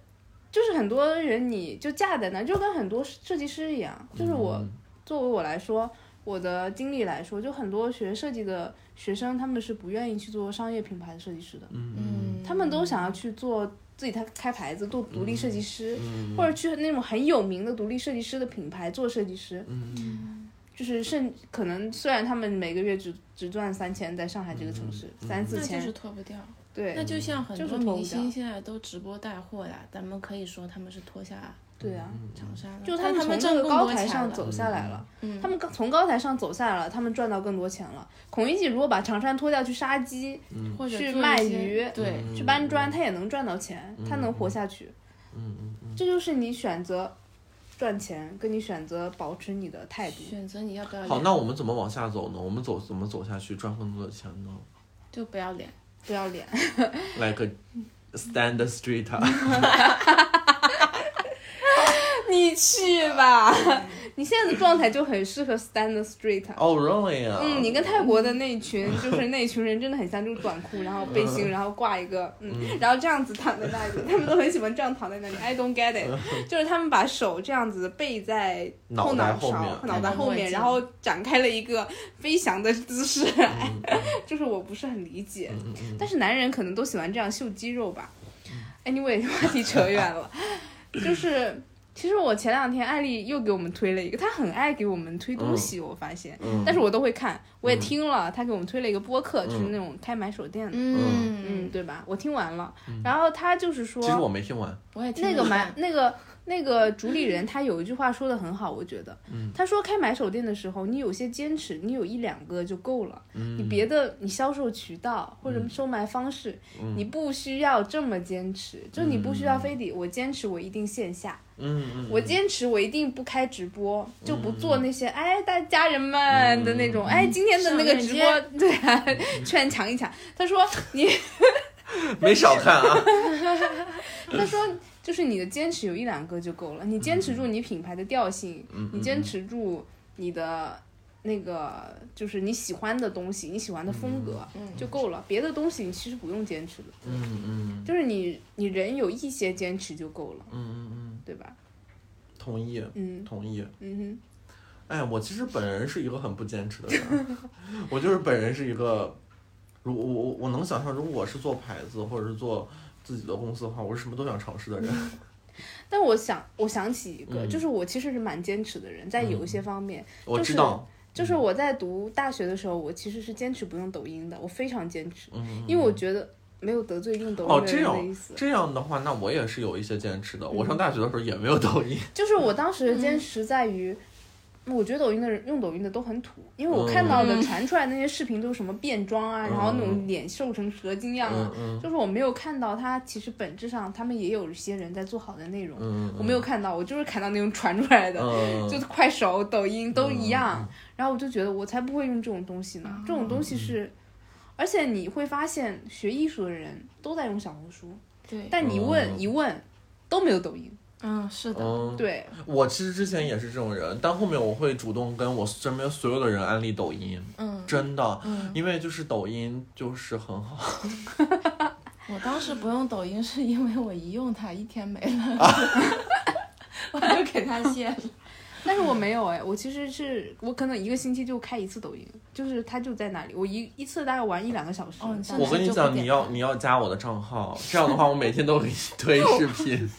Speaker 1: 就是很多人你就架在那儿，就跟很多设计师一样，就是我
Speaker 2: 嗯
Speaker 1: 作为我来说，我的经历来说，就很多学设计的学生，他们是不愿意去做商业品牌的设计师的，
Speaker 2: 嗯
Speaker 3: 嗯，
Speaker 1: 他们都想要去做自己开开牌子，做独立设计师，
Speaker 2: 嗯
Speaker 1: 或者去那种很有名的独立设计师的品牌做设计师，
Speaker 2: 嗯
Speaker 1: 就是甚可能虽然他们每个月只只赚三千，在上海这个城市、
Speaker 2: 嗯
Speaker 1: 三四
Speaker 3: 那就
Speaker 1: 千，
Speaker 3: 是脱不掉。
Speaker 1: 对
Speaker 3: 那就像很
Speaker 1: 就是
Speaker 3: 多
Speaker 1: 脱不
Speaker 3: 明
Speaker 1: 掉
Speaker 3: 星现在都直播带货啦，咱们可以说他们是脱下
Speaker 1: 对啊，
Speaker 3: 长衫了，
Speaker 1: 就
Speaker 3: 但他
Speaker 1: 们
Speaker 3: 们
Speaker 1: 从
Speaker 3: 挣
Speaker 1: 那个
Speaker 3: 更
Speaker 1: 高
Speaker 3: 多
Speaker 1: 台
Speaker 3: 钱
Speaker 1: 上
Speaker 3: 了
Speaker 1: 走下来了，
Speaker 3: 嗯
Speaker 1: 他们刚从高台上走下来了，他们赚到更多钱了。孔乙己如果把长衫脱掉去杀鸡，
Speaker 3: 或者
Speaker 1: 去
Speaker 3: 做一
Speaker 1: 卖
Speaker 3: 些
Speaker 1: 鱼
Speaker 3: 对，
Speaker 2: 嗯
Speaker 1: 去搬砖，他也能赚到钱，他能活下去。
Speaker 2: 嗯嗯嗯，
Speaker 1: 这就是你选择赚钱，跟你选择保持你的态度。
Speaker 3: 选择你要不要
Speaker 2: 好，
Speaker 3: 脸，
Speaker 2: 那我们怎么往下走呢？我们走怎么走下去赚更多的钱呢
Speaker 3: 就不要脸。
Speaker 1: 不要脸，
Speaker 2: ？Like a stand straight，up
Speaker 1: 你去吧， 你现在的状态就很适合 stand straight。
Speaker 2: 哦、oh,，really 啊？
Speaker 1: 嗯，你跟泰国的那一群，就是那一群人真的很像，就是短裤，然后背心，然后挂一个，嗯，然后这样子躺在那里，他们都很喜欢这样躺在那里。I don't get it，就是他们把手这样子背在
Speaker 2: 脑
Speaker 1: 后
Speaker 2: 袋
Speaker 1: 脑
Speaker 2: 后
Speaker 1: 勺
Speaker 2: 面、
Speaker 1: 脑袋后面，
Speaker 3: 嗯
Speaker 1: 然后展开了一个飞翔的姿势， 就是我不是很理解，
Speaker 2: 嗯嗯
Speaker 1: 但是男人可能都喜欢这样秀肌肉吧。Anyway，话 题扯远了，就是其实我前两天艾丽又给我们推了一个，她很爱给我们推东西，我发现，
Speaker 2: 嗯，
Speaker 1: 但是我都会看，我也听了，她给我们推了一个播客，就是那种开买手店的，嗯，
Speaker 3: 嗯，
Speaker 1: 对吧？我听完了，然后她就是
Speaker 2: 嗯其实
Speaker 1: 说
Speaker 2: 我没听完，
Speaker 3: 我也听
Speaker 1: 那个
Speaker 3: 不
Speaker 1: 买
Speaker 3: 惯，
Speaker 1: 那个。那个主理人他有一句话说的很好，我觉得，
Speaker 2: 嗯
Speaker 1: 他说开买手店的时候，你有些坚持，你有一两个就够了，
Speaker 2: 嗯，
Speaker 1: 你别的你销售渠道或者售卖方式，
Speaker 2: 嗯
Speaker 1: 你不需要这么坚持，就你不需要非得我坚持我一定线下，
Speaker 2: 嗯，嗯嗯，
Speaker 1: 我坚持我一定不开直播，就不做那些哎大家人
Speaker 2: 嗯
Speaker 1: 们的那种哎今天的那个直
Speaker 3: 上
Speaker 1: 播 对啊，劝强一强，他说你
Speaker 2: 没少看啊，
Speaker 1: 他说就是你的坚持有一两个就够了，你坚持住你品牌的调性，
Speaker 2: 嗯
Speaker 1: 你坚持住你的那个就是你喜欢的东西，你喜欢的风格
Speaker 3: 嗯
Speaker 1: 就够了。别的东西你其实不用坚持的，
Speaker 2: 嗯嗯
Speaker 1: 就是你你人有一些坚持就够了
Speaker 2: 嗯，嗯嗯，
Speaker 1: 对吧？
Speaker 2: 同意
Speaker 1: 嗯
Speaker 2: 同意。
Speaker 1: 嗯
Speaker 2: 哎，我其实本人是一个很不坚持的人，啊 我就是本人是一个，如我我我能想象，如果我是做牌子或者是做自己的公司的话，我是什么都想尝试的人。
Speaker 1: 嗯哼。但我想我想起一个，
Speaker 2: 嗯
Speaker 1: 就是我其实是蛮坚持的人，在有一些方面，
Speaker 2: 我知道，
Speaker 1: 就是我在读大学的时候，我其实是坚持不用抖音的，我非常坚持，
Speaker 2: 嗯，
Speaker 1: 因为我觉得。没有得罪用抖
Speaker 2: 哦
Speaker 1: 音的
Speaker 2: 这
Speaker 1: 人
Speaker 2: 样
Speaker 1: 的意思。
Speaker 2: 这样的话，那我也是有一些坚持的。我上大学的时候也没有抖音，
Speaker 1: 就是我当时的坚持在于，我觉得抖音的人用抖音的都很土，因为我看到的
Speaker 3: 嗯
Speaker 1: 传出来那些视频都是什么变装啊，
Speaker 2: 嗯
Speaker 1: 然后那种脸瘦成蛇精样啊
Speaker 2: 嗯，嗯
Speaker 1: 就是我没有看到他其实本质上他们也有一些人在做好的内容，
Speaker 2: 嗯，
Speaker 1: 我没有看到，我就是看到那种传出来的，
Speaker 2: 嗯，
Speaker 1: 就
Speaker 2: 嗯
Speaker 1: 是快手、抖音都一样。
Speaker 2: 嗯
Speaker 1: 然后我就觉得我才不会用这种东西
Speaker 3: 嗯
Speaker 1: 呢，这种东西
Speaker 2: 嗯
Speaker 1: 是，而且你会发现学艺术的人都在用小红书，
Speaker 3: 对，
Speaker 1: 但你问、
Speaker 2: 嗯
Speaker 1: 一问都没有抖音。
Speaker 3: 嗯，是的，
Speaker 2: 嗯，
Speaker 1: 对，
Speaker 2: 我其实之前也是这种人，但后面我会主动跟我身边所有的人安利抖音，
Speaker 3: 嗯
Speaker 2: 真的，
Speaker 3: 嗯，
Speaker 2: 因为就是抖音就是很好，
Speaker 3: 我当时不用抖音是因为我一用它一天没了， 我就给它卸了。
Speaker 1: 但是我没有哎，我其实是我可能一个星期就开一次抖音，就是它就在那里，我一一次大概玩一两个小时。
Speaker 3: 哦你
Speaker 1: 大概
Speaker 3: 真的
Speaker 2: 我跟你
Speaker 3: 就不
Speaker 2: 讲，
Speaker 3: 点
Speaker 2: 你要你要加我的账号，这样的话我每天都 给你推视频。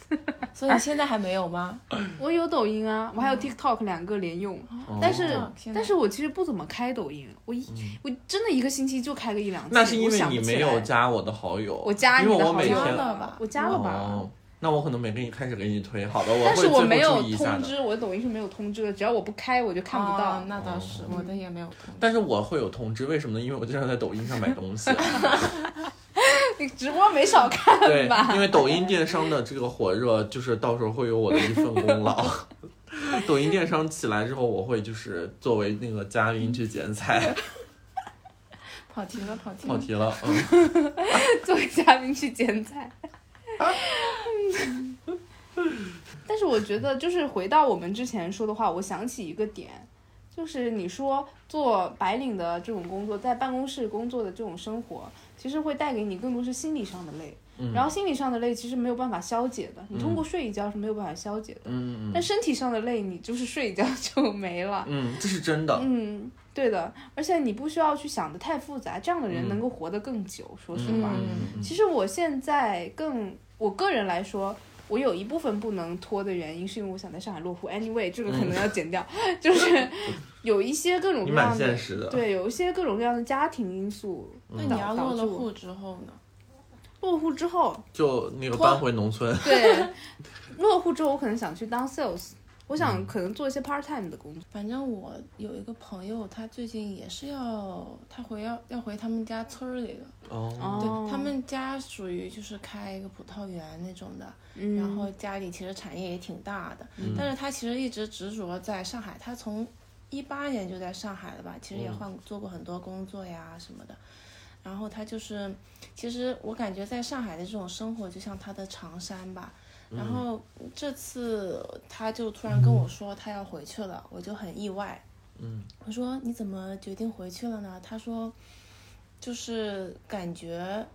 Speaker 3: 所以现在还没有吗？
Speaker 1: 我有抖音啊，我还有 TikTok 两个连用，
Speaker 2: 哦
Speaker 1: 但是
Speaker 3: 嗯天哪
Speaker 1: 但是我其实不怎么开抖音，我一、我真的一个星期就开个一两次。
Speaker 2: 嗯那是因
Speaker 1: 我
Speaker 2: 为
Speaker 1: 想
Speaker 2: 你
Speaker 1: 不
Speaker 2: 没
Speaker 1: 起
Speaker 2: 有
Speaker 1: 来
Speaker 2: 加我的好友，
Speaker 1: 我加
Speaker 2: 因
Speaker 1: 你
Speaker 2: 为
Speaker 1: 的
Speaker 2: 我
Speaker 1: 好
Speaker 2: 每
Speaker 1: 友
Speaker 2: 天
Speaker 3: 加了吧
Speaker 1: 我加了吧。
Speaker 2: 哦，那我可能每天开始给你推，好的，我
Speaker 1: 但是
Speaker 2: 会最
Speaker 1: 我
Speaker 2: 后
Speaker 1: 没有
Speaker 2: 注意一下
Speaker 1: 通
Speaker 2: 的。
Speaker 1: 知，我的抖音是没有通知的，只要我不开我就看不到。嗯
Speaker 3: 哦那倒是，我的也没有通知。
Speaker 2: 但是我会有通知，为什么呢？因为我经常在抖音上买东 西，
Speaker 1: 你 直播没少看
Speaker 2: 对
Speaker 1: 吧？，
Speaker 2: 因为抖音电商的这个火热，就是到时候会有我的一份功劳。 抖音电商起来之后，我会就是作为那个嘉宾去剪 彩。
Speaker 3: 跑题了，跑题
Speaker 2: 跑
Speaker 3: 了。
Speaker 2: 题了，嗯。
Speaker 1: 作为嘉宾去剪 彩。但是我觉得，就是回到我们之前说的话，我想起一个点，就是你说做白领的这种工作，在办公室工作的这种生活，其实会带给你更多是心理上的累。
Speaker 2: 嗯
Speaker 1: 然后心理上的累其实没有办法消解的，你通
Speaker 2: 嗯
Speaker 1: 过睡一觉是没有办法消解的。
Speaker 2: 嗯
Speaker 1: 但身体上的累，你就是睡一觉就没了。
Speaker 2: 嗯，这是真的。
Speaker 1: 嗯，对的，而且你不需要去想的太复杂，这样的人
Speaker 2: 嗯
Speaker 1: 能够活得更久。说实话，
Speaker 2: 嗯
Speaker 1: 其实我现在更，我个人来说，我有一部分不能拖的原因，是因为我想在上海落户。Anyway，这个可能要剪掉， 就是有一些各种
Speaker 2: 嗯你
Speaker 1: 各
Speaker 2: 蛮
Speaker 1: 样
Speaker 2: 现
Speaker 1: 的，
Speaker 2: 实的。嗯
Speaker 1: 对，有一些各种各样的家庭因素
Speaker 3: 那你要
Speaker 1: 导
Speaker 3: 落
Speaker 1: 导
Speaker 3: 了
Speaker 1: 致我
Speaker 3: 户之后呢？
Speaker 1: 落户之 后，
Speaker 2: 就那个
Speaker 1: 脱
Speaker 2: 搬回农村，
Speaker 1: 对，落户之后我可能想去当 sales，我想可能做一些 part time 的工作。
Speaker 3: 反正我有一个朋友，他最近也是要，他回要要回他们家村儿里了。
Speaker 2: 哦，
Speaker 1: 哦
Speaker 3: 嗯对，他们家属于就是开一个葡萄园那种的，
Speaker 1: 嗯，
Speaker 3: 然后家里其实产业也挺大的，
Speaker 2: 嗯
Speaker 3: 但是他其实一直执着在上海，他从一八年就在上海了吧，其实也换做过很多工作呀什么的。然后他就是，其实我感觉在上海的这种生活，就像他的长衫吧。然后这次他就突然跟我说他要回去了，我就很意外。
Speaker 2: 嗯，
Speaker 3: 我说你怎么决定回去了呢？他说，就是感觉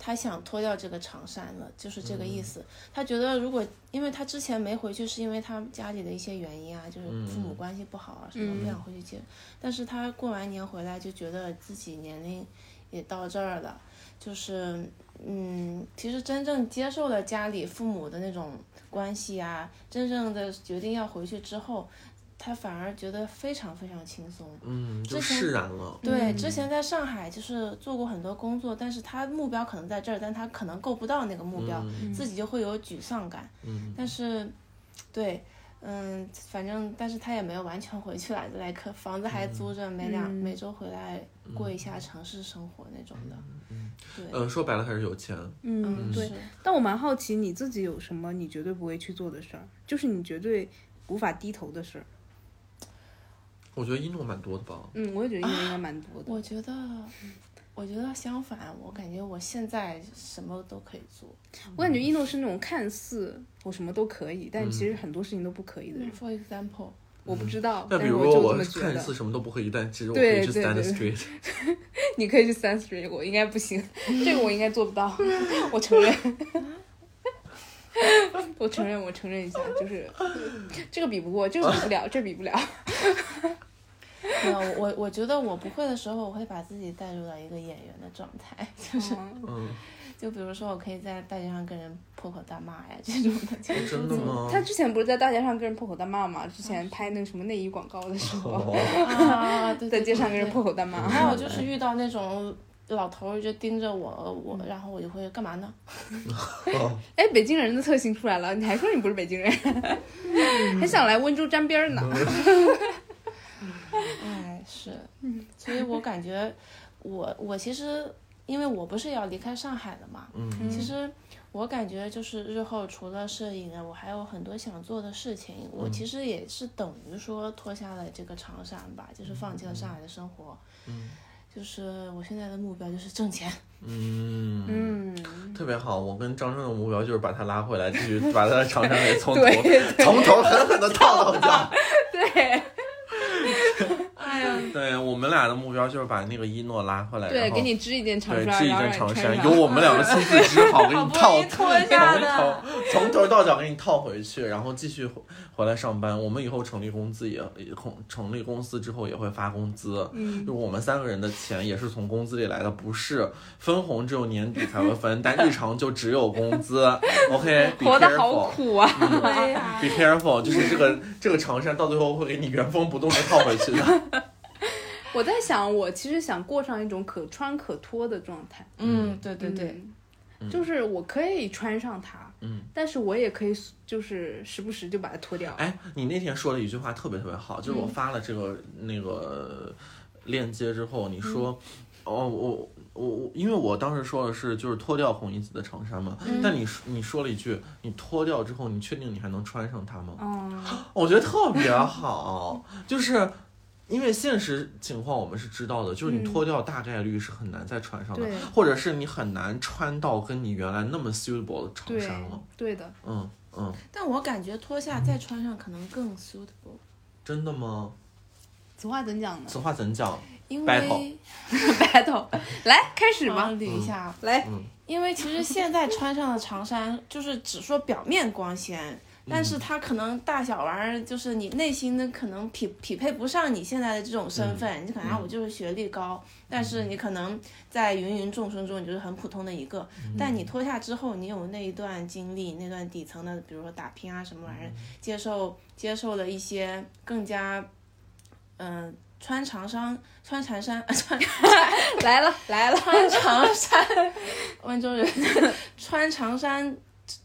Speaker 3: 他想脱掉这个长衫了，就是这个
Speaker 2: 嗯
Speaker 3: 意思。他觉得如果因为他之前没回去，是因为他家里的一些原因啊，就是
Speaker 2: 嗯
Speaker 3: 父母关系不好啊什么，不想回去接。但是他过完年回来就觉得自己年龄也到这儿了，就是嗯，其实真正接受了家里父母的那种关系啊，真正的决定要回去之后，他反而觉得非常非常轻松。
Speaker 2: 嗯，就
Speaker 3: 之前
Speaker 2: 释然了。
Speaker 3: 对，之前在上海就是做过很多工作，但是他目标可能在这儿，但他可能够不到那个目标，
Speaker 2: 嗯
Speaker 3: 自己就会有沮丧感。
Speaker 2: 嗯
Speaker 3: 但是，对，嗯，反正但是他也没有完全回去来，来可房子还租着，每两、
Speaker 1: 嗯
Speaker 3: 每周回来过一下城市生活那种的。对，
Speaker 2: 呃，说白了还是有钱。
Speaker 1: 嗯，
Speaker 3: 嗯，
Speaker 1: 对
Speaker 3: 是。，
Speaker 1: 但我蛮好奇你自己有什么你绝对不会去做的事儿，就是你绝对无法低头的事儿。
Speaker 2: 我觉得一诺蛮多的吧。
Speaker 1: 嗯，我也觉得应该应该蛮多的。
Speaker 3: 我觉得。我觉得相反，我感觉我现在什么都可以做，
Speaker 1: 我感觉一诺是那种看似我什么都可以，但
Speaker 2: 嗯
Speaker 1: 其实很多事情都不可以的人。
Speaker 3: For example，
Speaker 1: 我不知道，
Speaker 2: 但
Speaker 1: 但
Speaker 2: 嗯比
Speaker 1: 是
Speaker 2: 如
Speaker 1: 哎我
Speaker 2: 说
Speaker 1: 就
Speaker 2: 我
Speaker 1: 这么觉
Speaker 2: 看似
Speaker 1: 得。
Speaker 2: 什么都不会，但其实我可
Speaker 1: 对
Speaker 2: 以去
Speaker 1: 对
Speaker 2: stand
Speaker 1: 对
Speaker 2: street。
Speaker 1: 你可以去三 three，我应该不 行，这个我应该做不 到，我承认。我承认，我承认一下， 就是这个比不过，这个比不了，这比不了。
Speaker 3: 没有我我觉得我不会的时候，我会把自己带入到一个演员的状态，就是
Speaker 1: 嗯
Speaker 2: 嗯，
Speaker 3: 就比如说我可以在大街上跟人破口大骂呀这种的，就
Speaker 2: 哦
Speaker 3: 是
Speaker 2: 真的吗？
Speaker 1: 他之前不是在大街上跟人破口大骂吗？之前拍那个什么内衣广告的时候，
Speaker 2: 嗯哦，
Speaker 3: 啊，对对
Speaker 1: 在街上跟人
Speaker 3: 对
Speaker 1: 破口大骂。
Speaker 3: 还有就是遇到那种老头儿就盯着我，我然后我就会干嘛呢？
Speaker 1: 哎，北京人的特性出来了，你还说你不是北 京人，还想来温州沾边儿呢？
Speaker 3: 哎，是，所以我感觉我我其实因为我不是要离开上海了嘛，
Speaker 2: 嗯
Speaker 3: 其实我感觉就是日后除了摄影啊，我还有很多想做的事情。我
Speaker 2: 嗯
Speaker 3: 其实也是等于说脱下了这个长衫吧，就是放弃了上海的生活。
Speaker 2: 嗯，
Speaker 3: 就是我现在的目标就是挣钱。
Speaker 2: 嗯嗯，
Speaker 1: 嗯，
Speaker 2: 特别好。我跟张震的目标就是把他拉回来，继续把他的长衫给从头
Speaker 1: 对
Speaker 2: 从头狠狠的套到脚。
Speaker 1: 对
Speaker 3: 哎呀，
Speaker 2: 对我们俩的目标就是把那个一诺拉回来，
Speaker 1: 对，
Speaker 2: 然后
Speaker 1: 给你织一件长
Speaker 2: 对
Speaker 1: 衫，
Speaker 2: 织一
Speaker 1: 然后
Speaker 2: 件
Speaker 1: 让你
Speaker 2: 长
Speaker 1: 穿
Speaker 2: 衫，
Speaker 1: 上
Speaker 2: 由我们两个亲自织好，给你
Speaker 3: 好不
Speaker 2: 套
Speaker 3: 容易脱下
Speaker 2: 从头
Speaker 3: 的
Speaker 2: 从头到脚给你套回去，然后继续回回来上班。我们以后成立公司也也公成立公司之后也会发工资，
Speaker 1: 嗯
Speaker 2: 就我们三个人的钱也是从工资里来的，不是分红只有年底才会分，但日常就只有工资。OK，be
Speaker 1: 活得好
Speaker 2: careful。
Speaker 1: 苦啊！
Speaker 2: 嗯
Speaker 3: 哎呀
Speaker 2: Be careful，就是这个这个长衫到最后会给你原封不动的套回去的。
Speaker 1: 我在想，我其实想过上一种可穿可脱的状态。
Speaker 3: 嗯，对对对，
Speaker 1: 嗯就是我可以穿上它，
Speaker 2: 嗯，
Speaker 1: 但是我也可以就是时不时就把它脱掉。
Speaker 2: 哎，你那天说了一句话特别特别好，
Speaker 1: 嗯
Speaker 2: 就是我发了这个、那个链接之后，你说，
Speaker 1: 嗯
Speaker 2: 哦，我我我，因为我当时说的是就是脱掉红衣子的长衫嘛，
Speaker 3: 嗯
Speaker 2: 但你说你说了一句，你脱掉之后，你确定你还能穿上它吗？
Speaker 1: 嗯，
Speaker 2: 我觉得特别好，就是。因为现实情况我们是知道的，就是你
Speaker 1: 嗯
Speaker 2: 脱掉大概率是很难再穿上的，
Speaker 1: 对
Speaker 2: 或者是你很难穿到跟你原来那么 suitable 的长
Speaker 1: 对
Speaker 2: 衫了。，
Speaker 1: 对的，
Speaker 2: 嗯嗯，
Speaker 3: 但我感觉脱下再穿上可能更 suitable，
Speaker 2: 真的吗？
Speaker 1: 此话怎讲呢
Speaker 2: 此话怎讲？
Speaker 3: 因
Speaker 2: Battle
Speaker 3: 为
Speaker 1: ？battle，来开始
Speaker 3: 我要
Speaker 1: 吧，
Speaker 3: 嗯捋一下，
Speaker 1: 来，
Speaker 3: 因为其实现在穿上的长衫 就是只说表面光鲜。但是它可能大小玩意儿，就是你内心的可能匹匹配不上你现在的这种身份，你可能啊我就是学历高，但是你可能在芸芸众生中你就是很普通的一个，但你脱下之后，你有那一段经历，那段底层的，比如说打拼啊什么玩意儿，接受接受了一些更加，嗯、穿长衫穿长衫穿
Speaker 1: 来了，来了，
Speaker 3: 穿长衫， 温州人 穿长衫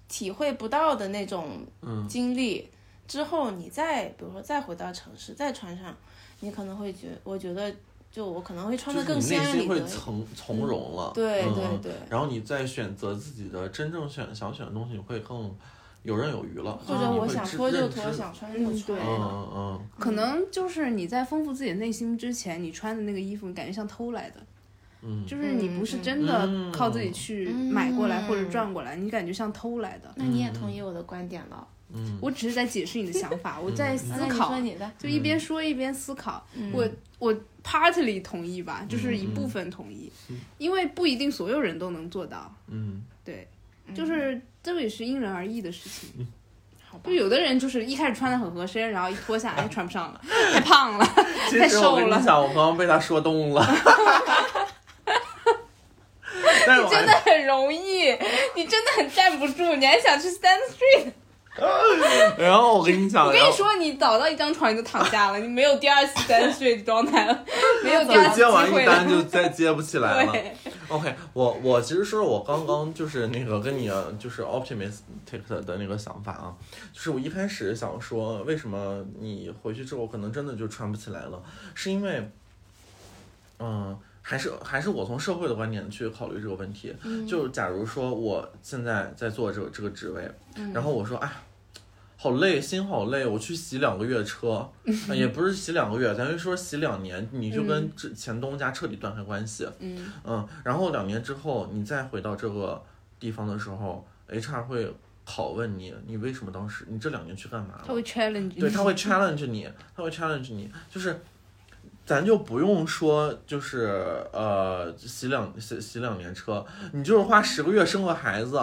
Speaker 3: 体会不到的那种
Speaker 2: 嗯
Speaker 3: 经历，之后你再比如说再回到城市再穿上，你可能会觉，我觉得就我可能会穿
Speaker 2: 就
Speaker 3: 的
Speaker 2: 是
Speaker 3: 更
Speaker 2: 你
Speaker 3: 鲜
Speaker 2: 内
Speaker 3: 艳一
Speaker 2: 心会
Speaker 3: 点。
Speaker 2: 从从容了，
Speaker 3: 对
Speaker 2: 嗯
Speaker 3: 对对，
Speaker 2: 然后你再选择自己的真正选想选的东西，你会更游刃有余了，
Speaker 3: 或者
Speaker 2: 嗯
Speaker 3: 我
Speaker 2: 你会
Speaker 3: 想
Speaker 2: 知
Speaker 3: 脱就
Speaker 2: 认知
Speaker 3: 脱，想穿就穿。
Speaker 1: 对
Speaker 2: 嗯嗯
Speaker 1: 可能就是你在丰富自己的内心之前，你穿的那个衣服，你感觉像偷来的，
Speaker 2: 嗯嗯，
Speaker 1: 就是你不是真的
Speaker 2: 嗯
Speaker 1: 靠自己去买过来
Speaker 3: 嗯
Speaker 1: 或者赚过来，你感觉像偷来的。
Speaker 3: 那你也同意我的观点了？
Speaker 2: 嗯
Speaker 1: 我只是在解释你的想法，我在思
Speaker 3: 那你
Speaker 1: 考
Speaker 3: 说，你的，
Speaker 1: 就一边说一边思考。
Speaker 2: 嗯
Speaker 1: 我我 partly 同意吧，就是一部分同意，因为不一定所有人都能做到。
Speaker 2: 嗯
Speaker 1: 对，就是这个也是因人而异的事情。
Speaker 3: 好吧
Speaker 1: 就？有的人就是一开始穿的很合身，然后一脱下来哎穿不上了，太胖了。
Speaker 2: 其
Speaker 1: 太
Speaker 2: 实我
Speaker 1: 瘦
Speaker 2: 跟
Speaker 1: 了
Speaker 2: 你讲，我刚刚被他说动了， 但是我还
Speaker 1: 真的很容易，你真的很站不住，你还想去 stand street？
Speaker 2: 然后我跟你讲，
Speaker 1: 我跟
Speaker 2: 然
Speaker 1: 你
Speaker 2: 后
Speaker 1: 说，你找到一张床你就躺下了，你没有第二次 stand street 状态 了，没有第二
Speaker 2: 对，
Speaker 1: 次
Speaker 2: 接完
Speaker 1: 机
Speaker 2: 一
Speaker 1: 会
Speaker 2: 单
Speaker 1: 了。
Speaker 2: 就再接不起来了。
Speaker 1: 对，
Speaker 2: OK，我我其实说我刚刚就是那个跟你呃就是 optimistic 的那个想法啊，就是我一开始想说，为什么你回去之后可能真的就穿不起来了，是因为，嗯、还是还是我从社会的观点去考虑这个问题。就假如说我现在在做这个这个职位，然后我说，哎。好累，心好累。我去洗两个月车，呃也不是洗两个月，咱就说洗两年，你就跟之前东家彻底断开关系。
Speaker 1: 嗯，
Speaker 2: 嗯，然后两年之后你再回到这个地方的时候，HR 会拷问你，你为什么当时你这两年去干嘛
Speaker 1: 他
Speaker 2: 了？
Speaker 1: 会 challenge 你。
Speaker 2: 对，他会 challenge 你，他会 challenge 你，就是。咱就不用说，就是呃，洗两洗洗两年车，你就是花十个月生个孩子，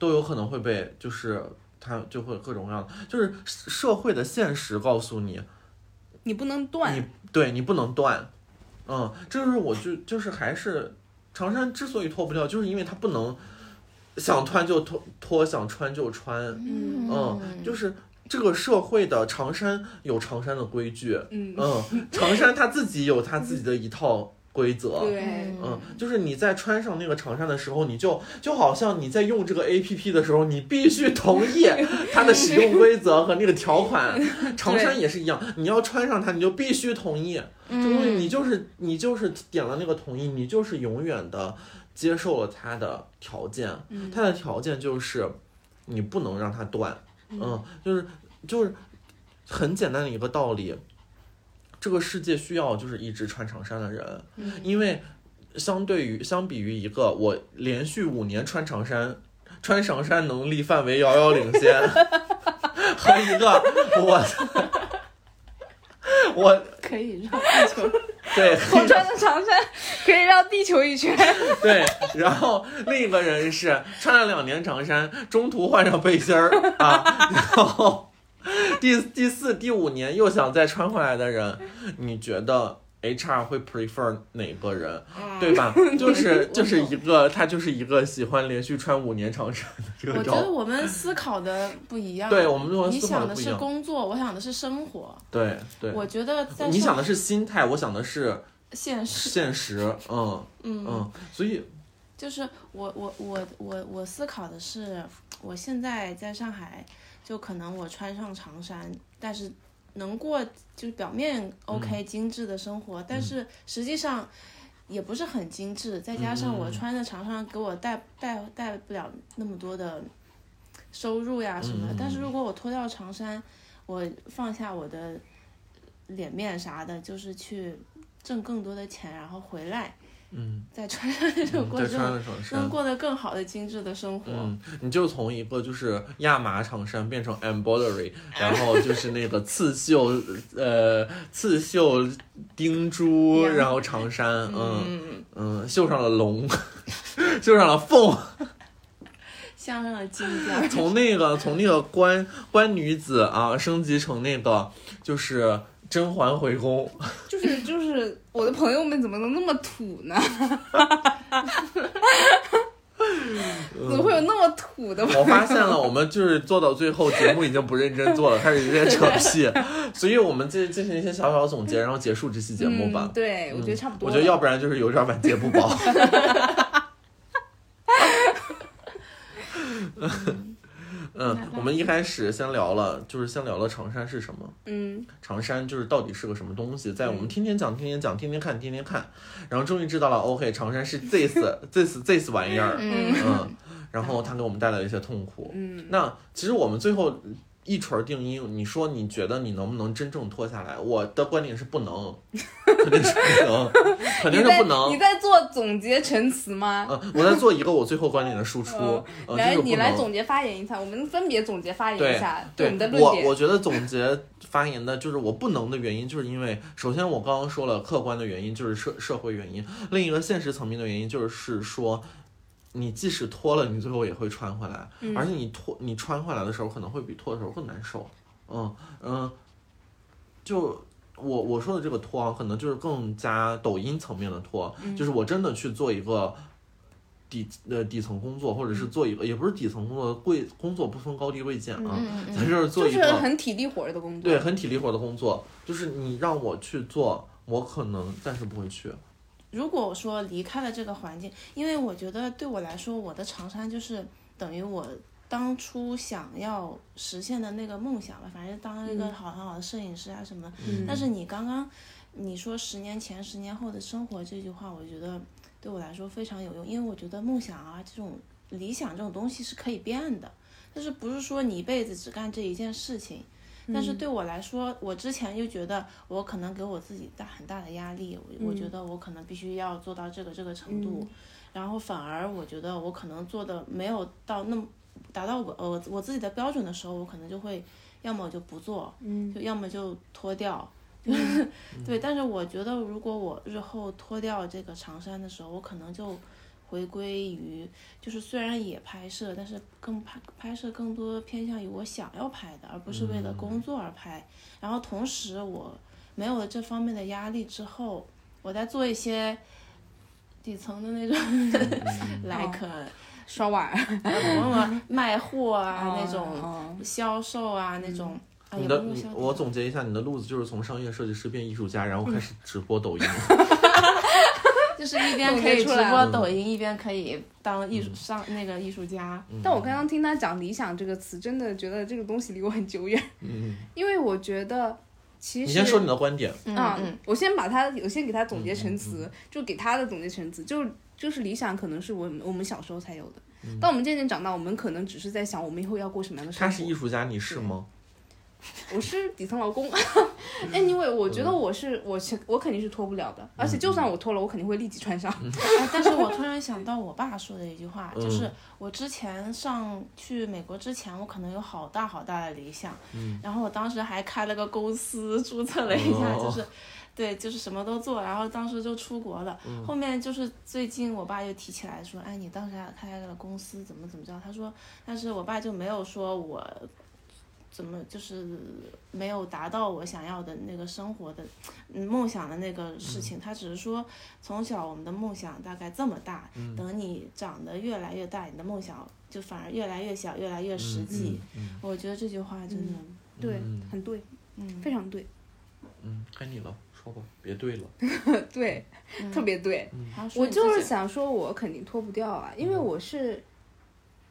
Speaker 2: 都有可能会被，就是他就会各种各样的，就是社会的现实告诉你，
Speaker 1: 你不能断。
Speaker 2: 你对你不能断，嗯，这就是我就就是还是长衫之所以脱不掉，就是因为它不能想穿就脱脱，想穿就穿，
Speaker 1: 嗯
Speaker 2: 嗯，就是这个社会的长衫有长衫的规矩，
Speaker 1: 嗯
Speaker 2: 嗯，长衫它自己有它自己的一套规则。
Speaker 1: 对，
Speaker 2: 嗯，就是你在穿上那个长衫的时候，你就就好像你在用这个 A P P 的时候，你必须同意它的使用规则和那个 条款。长衫也是一样，你要穿上它，你就必须同意。这
Speaker 1: 嗯
Speaker 2: 东西嗯你就是你就是点了那个同意，你就是永远的接受了它的条件。
Speaker 1: 嗯
Speaker 2: 它的条件就是你不能让它断。
Speaker 1: 嗯
Speaker 2: 嗯，就是就是很简单的一个道理。这个世界需要就是一直穿长衫的人，因为相对于相比于一个我连续五年穿长衫，穿长衫能力范围遥遥领先，和一个我 我
Speaker 3: 可以绕地球，
Speaker 2: 对
Speaker 1: 我穿的长衫可以绕地球一圈。
Speaker 2: 对，然后另一个人是穿了两年长衫，中途换上背心儿啊，然后第第四、第五年又想再穿回来的人，你觉得 HR 会 prefer 哪个人，
Speaker 3: 嗯
Speaker 2: 对吧？ 就是就是一个他就是一个喜欢连续穿五年长衫的这
Speaker 3: 我
Speaker 2: 个
Speaker 3: 觉得
Speaker 2: 招，
Speaker 3: 我们思考的不一样。
Speaker 2: 对我们如何
Speaker 3: 你
Speaker 2: 思考
Speaker 3: 想
Speaker 2: 的
Speaker 3: 的
Speaker 2: 不一
Speaker 3: 是
Speaker 2: 样，
Speaker 3: 工作，我想的是生活。
Speaker 2: 对对。
Speaker 3: 我觉得在
Speaker 2: 你想
Speaker 3: 上
Speaker 2: 的是心态，我想的 是
Speaker 3: 现实，
Speaker 2: 现实，嗯
Speaker 3: 嗯，
Speaker 2: 嗯，所以
Speaker 3: 就是我我我我我思考的是，我现在在上海，就可能我穿上长衫，但是能过就是表
Speaker 2: 嗯
Speaker 3: 面 OK 精致的生活，但是实际上也不是很精致，再加上
Speaker 2: 嗯
Speaker 3: 我穿着长衫给我带带带不了那么多的收入呀什么的，
Speaker 2: 嗯
Speaker 3: 但是如果我脱掉长衫，我放下我的脸面啥的，就是去挣更多的钱，然后回来。
Speaker 2: 嗯，
Speaker 3: 再穿上这种
Speaker 2: 嗯
Speaker 3: 过
Speaker 2: 再
Speaker 3: 这种
Speaker 2: 穿了长衫
Speaker 3: 能，过得更好的、精致的生活。
Speaker 2: 嗯，你就从一个就是亚麻长衫变成 embroidery，然后就是那个刺绣，呃，刺绣钉珠，
Speaker 3: 呀
Speaker 2: 然后长衫，嗯
Speaker 3: 嗯，
Speaker 2: 嗯，绣上了龙， 绣上了凤，。
Speaker 3: 向上的金价
Speaker 2: 从那个从那个官官女子啊，升级成那个就是甄嬛回 宫，
Speaker 1: 就是就是，我的朋友们怎么能那么土呢？
Speaker 2: 嗯
Speaker 1: 怎么会有那么土的？
Speaker 2: 我发现了，我们就是做到最后，节目已经不认真做了，开始有点扯屁，所以我们进进行一些小小的总结，然后结束这期节目吧。
Speaker 1: 嗯、对，我觉得差不多
Speaker 2: 我
Speaker 1: 了。
Speaker 2: 觉得要不然就是有点晚节不 保。嗯，我们一开始先聊了，就是先聊了长衫是什么，
Speaker 1: 嗯，
Speaker 2: 长衫就是到底是个什么东西，在我们天天讲、天天讲、天天看、天天看，然后终于知道了，OK，长衫是 this this this 玩意儿，
Speaker 3: 嗯
Speaker 2: 嗯，然后它给我们带来了一些痛苦。
Speaker 1: 嗯，
Speaker 2: 那其实我们最后一锤儿定音，你说你觉得你能不能真正脱下来？我的观点是 不能，肯定是不能，肯定
Speaker 1: 你
Speaker 2: 是
Speaker 1: 在
Speaker 2: 不能
Speaker 1: 你。在做总结陈词吗？
Speaker 2: 嗯，我在做一个我最后观点的输出，
Speaker 1: 嗯
Speaker 2: 呃，
Speaker 1: 来，
Speaker 2: 这个
Speaker 1: 你
Speaker 2: 不
Speaker 1: 来
Speaker 2: 能。
Speaker 1: 总结发言一下，我们分别总结发言
Speaker 2: 对
Speaker 1: 一下我
Speaker 2: 对
Speaker 1: 们的，论
Speaker 2: 我
Speaker 1: 点。
Speaker 2: 我觉得总结发言的就是我不能的原因，就是因为首先我刚刚说了客观的原因就是社社会原因，另一个现实层面的原因就是说，你即使脱了，你最后也会穿回来，
Speaker 1: 嗯
Speaker 2: 而且你脱你穿回来的时候可能会比脱的时候更难受，嗯嗯，就我我说的这个脱啊，可能就是更加抖音层面的脱，就是我真的去做一个底呃底层工作，或者是做一个、也不是底层工作，贵工作不分高低贵贱啊，
Speaker 3: 嗯嗯
Speaker 2: 咱就是做
Speaker 1: 就
Speaker 2: 一
Speaker 1: 是
Speaker 2: 个、
Speaker 1: 很体力活儿的工作。
Speaker 2: 对很体力活的工作，就是你让我去做，我可能暂时不会去，
Speaker 3: 如果我说离开了这个环境，因为我觉得对我来说，我的长衫就是等于我当初想要实现的那个梦想吧，反正当一个
Speaker 1: 嗯
Speaker 3: 好很好的摄影师啊什么的。
Speaker 1: 嗯
Speaker 3: 但是你刚刚你说十年前、十年后的生活这句话，我觉得对我来说非常有用，因为我觉得梦想啊这种理想这种东西是可以变的，但是不是说你一辈子只干这一件事情。但是对我来说，我之前就觉得我可能给我自己大很大的压力，我、我觉得我可能必须要做到这个这个程度，然后反而我觉得我可能做的没有到那么达到我呃我自己的标准的时候，我可能就会要么我就不做，
Speaker 1: 嗯
Speaker 3: 就要么就脱掉。 对，但是我觉得如果我日后脱掉这个长衫的时候，我可能就回归于，就是虽然也拍摄，但是更拍拍摄更多偏向于我想要拍的，而不是为了工作而拍。然后同时我没有了这方面的压力之后，我在做一些底层的那
Speaker 2: 嗯
Speaker 3: 种，like
Speaker 1: 刷碗儿
Speaker 3: 呃卖货啊那种
Speaker 1: 哦
Speaker 3: 销售啊那种。啊，
Speaker 2: 你
Speaker 3: 也
Speaker 2: 的
Speaker 3: 不用
Speaker 2: 你
Speaker 3: 销售
Speaker 2: 我嗯总结一下，你的路子就是从商业设计师变艺术家，然后开始直播抖音。
Speaker 3: 就是一边可以直播抖音，一边可以当艺
Speaker 2: 嗯
Speaker 3: 术上那个艺术家。
Speaker 1: 但我刚刚听他讲“理想”这个词，真的觉得这个东西离我很久远，
Speaker 2: 嗯，
Speaker 1: 因为我觉得其
Speaker 2: 你
Speaker 1: 实
Speaker 2: 先说你的观点，
Speaker 3: 嗯
Speaker 1: 啊，
Speaker 3: 嗯，
Speaker 1: 我先把它，我先给它总结成
Speaker 2: 嗯
Speaker 1: 词，就给它的总结成词，就就是理想可能是我们我们小时候才有的，当我们渐渐长大，我们可能只是在想我们以后要过什么样的生
Speaker 2: 嗯他
Speaker 1: 活。
Speaker 2: 是艺术家，你是吗？
Speaker 1: 我是底层劳 工，anyway，我觉
Speaker 2: 嗯
Speaker 1: 得我是我是我肯定是脱不了的，而且就算我脱了，我肯定会立即穿上。
Speaker 3: 哎但是我突然想到我爸说的一句话，
Speaker 2: 嗯
Speaker 3: 就是我之前上去美国之前，我可能有好大好大的理想，
Speaker 2: 嗯
Speaker 3: 然后我当时还开了个公司，注册了一下，
Speaker 2: 哦
Speaker 3: 就是。对，就是什么都做，然后当时就出国了。
Speaker 2: 嗯
Speaker 3: 后面就是最近我爸又提起来说，哎，你当时还开了个公司，怎么怎么着？他说，但是我爸就没有说我怎么就是没有达到我想要的那个生活的嗯梦想的那个事情，他只是说从小我们的梦想大概这么大，等你长得越来越大，你的梦想就反而越来越小，越来越实际。我觉得这句话真的，
Speaker 1: 对
Speaker 2: 嗯，
Speaker 1: 很对，
Speaker 3: 嗯，
Speaker 1: 非常对，
Speaker 2: 嗯，该你了，说吧，别对了，
Speaker 1: 对，特别对。
Speaker 3: 还要说
Speaker 1: 我
Speaker 3: 你
Speaker 1: 就是
Speaker 3: 自己嗯
Speaker 1: 想说，我肯定脱不掉啊，因为我是，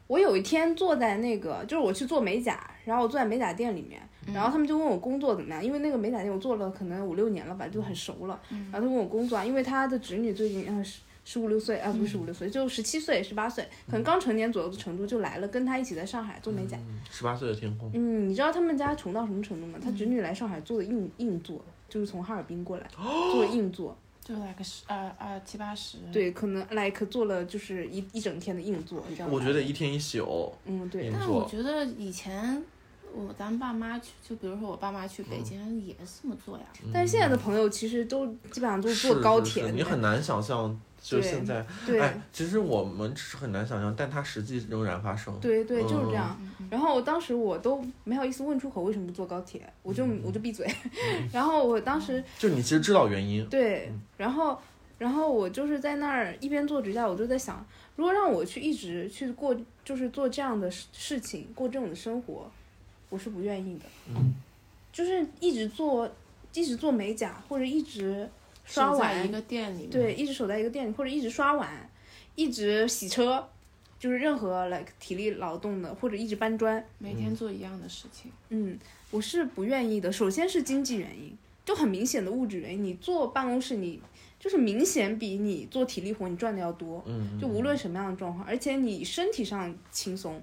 Speaker 1: 我有一天坐在那个，就是我去做美甲，然后我坐在美甲店里面，
Speaker 3: 嗯
Speaker 1: 然后他们就问我工作怎么样，因为那个美甲店我做了可能五六年了吧，就
Speaker 3: 嗯
Speaker 1: 很熟了，然后就问我工作啊，因为他的侄女最近嗯十十五六岁啊，不是十
Speaker 3: 嗯
Speaker 1: 五六岁，就十七岁、十八岁，可能刚成年左右的程度就来了，跟他一起在上海做美甲。
Speaker 2: 嗯十八岁的天空，
Speaker 1: 嗯，你知道他们家穷到什么程度吗？他
Speaker 3: 嗯
Speaker 1: 侄女来上海做的硬硬座，就是从哈尔滨 过来做硬座。
Speaker 3: 就来个十二二七八十，
Speaker 1: 对，可能 like 做了就是一一整天的硬座，你知道吗？
Speaker 2: 我觉得一天一宿，
Speaker 1: 嗯，对
Speaker 2: 嗯，
Speaker 3: 但
Speaker 2: 做
Speaker 3: 我觉得以前我咱爸妈去，就比如说我爸妈去北京也是这么做呀。
Speaker 1: 但是现在的朋友其实都基本上都
Speaker 2: 是
Speaker 1: 坐高
Speaker 2: 嗯是
Speaker 1: 铁
Speaker 2: 是
Speaker 1: 的，
Speaker 2: 你很难想象，就
Speaker 1: 对
Speaker 2: 现在，
Speaker 1: 对、
Speaker 2: 哎，其实我们只是很难想象，但它实际仍然发生。
Speaker 1: 对对，就是
Speaker 2: 嗯
Speaker 1: 这样。
Speaker 3: 嗯
Speaker 1: 然后我当时我都没好意思问出口为什么不坐高铁，我
Speaker 2: 嗯
Speaker 1: 就我就闭嘴。 然后我当时
Speaker 2: 就你其实知道原因，
Speaker 1: 对，然后然后我就是在那儿一边做指甲，我就在想，如果让我去一直去过，就是做这样的事事情，过这种的生活，我是不愿意的。
Speaker 2: 嗯，
Speaker 1: 就是一直做，一直做美甲，或者一直刷
Speaker 3: 守在
Speaker 1: 碗
Speaker 3: 一个店里面，
Speaker 1: 对，一直守在一个店里，或者一直刷碗，一直洗车，就是任何 like 体力劳动的，或者一直搬砖，
Speaker 3: 每天做一样的事情。
Speaker 1: 嗯，我是不愿意的。首先是经济原因，就很明显的物质原因。你坐办公室，你就是明显比你做体力活你赚的要多，
Speaker 2: 嗯，
Speaker 1: 就无论什么样的状况，而且你身体上轻松。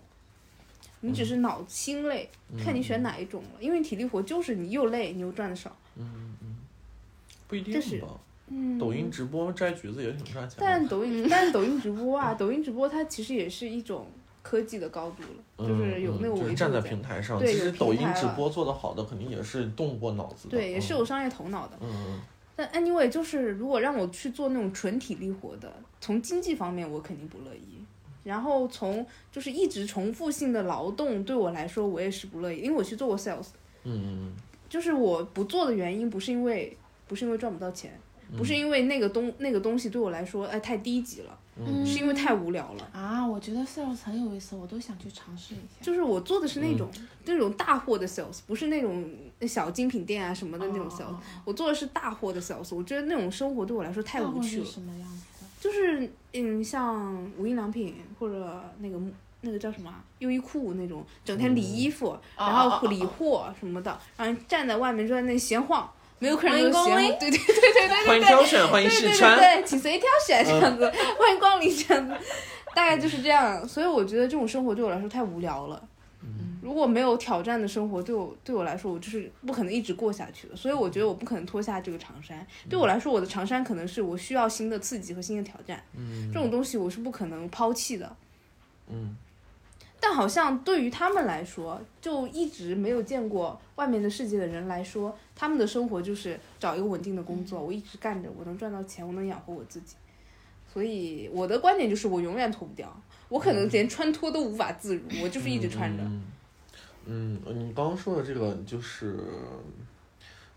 Speaker 1: 你只是脑心累，
Speaker 2: 嗯
Speaker 1: 看你选哪一种了。因为体力活就是你又累，你又赚的少。
Speaker 2: 嗯不一定
Speaker 1: 这是
Speaker 2: 吧。
Speaker 1: 嗯，
Speaker 2: 抖音直播摘橘子也挺赚钱的。
Speaker 1: 但抖音，但抖音直播啊，抖音直播它其实也是一种科技的高度了，就是有那个
Speaker 2: 嗯嗯就是
Speaker 1: 维
Speaker 2: 站
Speaker 1: 度
Speaker 2: 在
Speaker 1: 在
Speaker 2: 平台上，
Speaker 1: 对
Speaker 2: 其
Speaker 1: 有
Speaker 2: 实
Speaker 1: 平
Speaker 2: 抖音
Speaker 1: 台
Speaker 2: 直
Speaker 1: 了
Speaker 2: 播做得好的，肯定也是动过脑子的。
Speaker 1: 对，也是
Speaker 2: 嗯
Speaker 1: 有商业头脑的。
Speaker 2: 嗯，
Speaker 1: 但 anyway，就是如果让我去做那种纯体力活的，从经济方面我肯定不乐意。然后从就是一直重复性的劳动对我来说，我也是不乐意，因为我去做过 sales，
Speaker 2: 嗯嗯
Speaker 1: 就是我不做的原因不是因为不是因为赚不到钱，不是因为那个东那个东西对我来说哎太低级了，
Speaker 2: 嗯
Speaker 1: 是因为太无聊了。
Speaker 3: 啊，我觉得 sales 很有意思，我都想去尝试一下。
Speaker 1: 就是我做的是那种、那种大货的 sales，不是那种小精品店啊什么的那种 sales，、
Speaker 3: 哦
Speaker 1: 我做的是大货的 sales。我觉得那种生活对我来说太
Speaker 3: 大
Speaker 1: 无
Speaker 3: 货
Speaker 1: 趣
Speaker 3: 是
Speaker 1: 了，
Speaker 3: 什么样子的？
Speaker 1: 就是嗯，像无印良品或者那个那个叫什么啊优衣库那种，整天理衣服，然后理货什么的，然后站在外面就在那闲晃，没有客人就闲
Speaker 3: 欢迎光
Speaker 1: 晃，
Speaker 3: 临
Speaker 1: 对对对对哎对。
Speaker 2: 嗯，欢迎挑选，欢迎
Speaker 1: 对对
Speaker 2: 试
Speaker 1: 对
Speaker 2: 穿。嗯
Speaker 1: 对，请随意挑选这样子， 欢迎光临这样子，大概就是这样。所以我觉得这种生活对我来说太无聊了。
Speaker 2: 嗯
Speaker 1: 嗯如果没有挑战的生活，对我对我来说，我就是不可能一直过下去的。所以我觉得我不可能脱下这个长衫。对我来说，我的长衫可能是我需要新的刺激和新的挑战。
Speaker 2: 嗯
Speaker 1: 这种东西我是不可能抛弃的。
Speaker 2: 嗯，
Speaker 1: 但好像对于他们来说，就一直没有见过外面的世界的人来说，他们的生活就是找一个稳定的工
Speaker 2: 嗯
Speaker 1: 作，我一直干着，我能赚到钱，我能养活我自己。所以我的观点就是，我永远脱不掉，我可能连穿脱都无法自如，我就是一直穿着。
Speaker 2: 嗯。嗯，嗯你刚刚说的这个就是，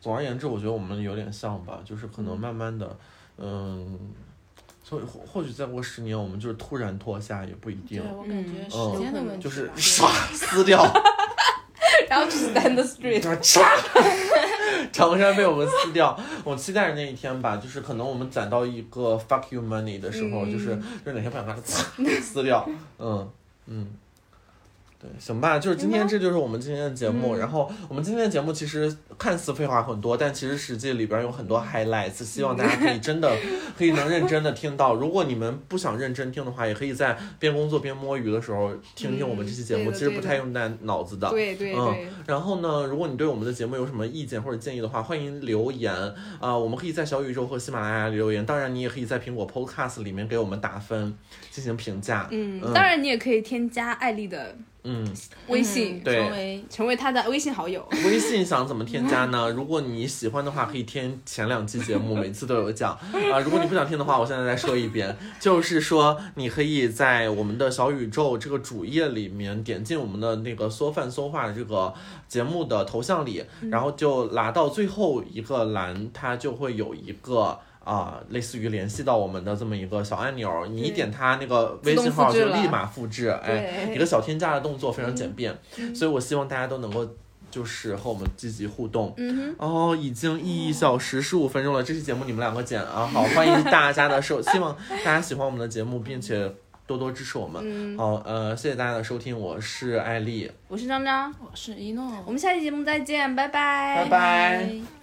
Speaker 2: 总而言之，我觉得我们有点像吧，就是可能慢慢的，嗯，所以或或许再过十年，我们就是突然脱下也不一定
Speaker 3: 对，，我感觉时间的 问题吧。
Speaker 2: 就是唰撕掉，嗯
Speaker 1: 然后就是 stand the street，
Speaker 2: 唰， 长衫被我们撕掉。 我期待着那一天吧，就是可能我们攒到一个 fuck you money 的时
Speaker 1: 嗯
Speaker 2: 候，就是就是哪天不想把它撕 撕掉，嗯嗯。对，行吧，就是今天，这就是我们今天的节
Speaker 1: 嗯
Speaker 2: 目。然后我们今天的节目其实看似废话很多，但其实实际里边有很多
Speaker 1: 嗯
Speaker 2: highlights，希望大家可以真的 可以能认真的听到。如果你们不想认真听的话，也可以在边工作边摸鱼的时候听听我们这期节目，
Speaker 1: 嗯对的
Speaker 2: 其实不
Speaker 1: 对的
Speaker 2: 太用带脑子的。
Speaker 1: 对对
Speaker 2: 嗯
Speaker 1: 对，
Speaker 2: 然后呢，如果你对我们的节目有什么意见或者建议的话，欢迎留言啊、我们可以在小宇宙和喜马拉雅留言，当然你也可以在苹果 Podcast 里面给我们打分进行评价。
Speaker 1: 嗯，
Speaker 2: 嗯
Speaker 1: 当然你也可以添加艾丽的
Speaker 2: 嗯，
Speaker 1: 微信，
Speaker 2: 对
Speaker 3: 成为
Speaker 1: 成为她的微信好友。
Speaker 2: 微信想怎么添加呢？ 如果你喜欢的话，可以添前两期 节目，每次都有讲啊、如果你不想听的话，我现在再说一遍，就是说你可以在我们的小宇宙这个主页里面点进我们的那个缩饭缩话这个节目的头像里，
Speaker 1: 嗯
Speaker 2: 然后就拉到最后一个栏，它就会有一个。啊、类似于联系到我们的这么一个小按钮，你一点它那个微信号
Speaker 1: 自动复
Speaker 2: 就
Speaker 1: 制了
Speaker 2: 立马复制，哎，一
Speaker 1: 对，
Speaker 2: 个小添加的动作非常简便，所以我希望大家都能够就是和我们积极互动。
Speaker 1: 嗯哼。
Speaker 2: 哦，已经一小时十五分钟了，这期节目你们两个剪啊，好，欢迎大家的收，希望大家喜欢我们的节目，并且多多支持我们。
Speaker 1: 嗯，
Speaker 2: 好，呃，谢谢大家的收听，我是艾丽，
Speaker 1: 我是张张，
Speaker 3: 我是一诺，
Speaker 1: 我们下期节目再见，拜拜，
Speaker 2: 拜拜。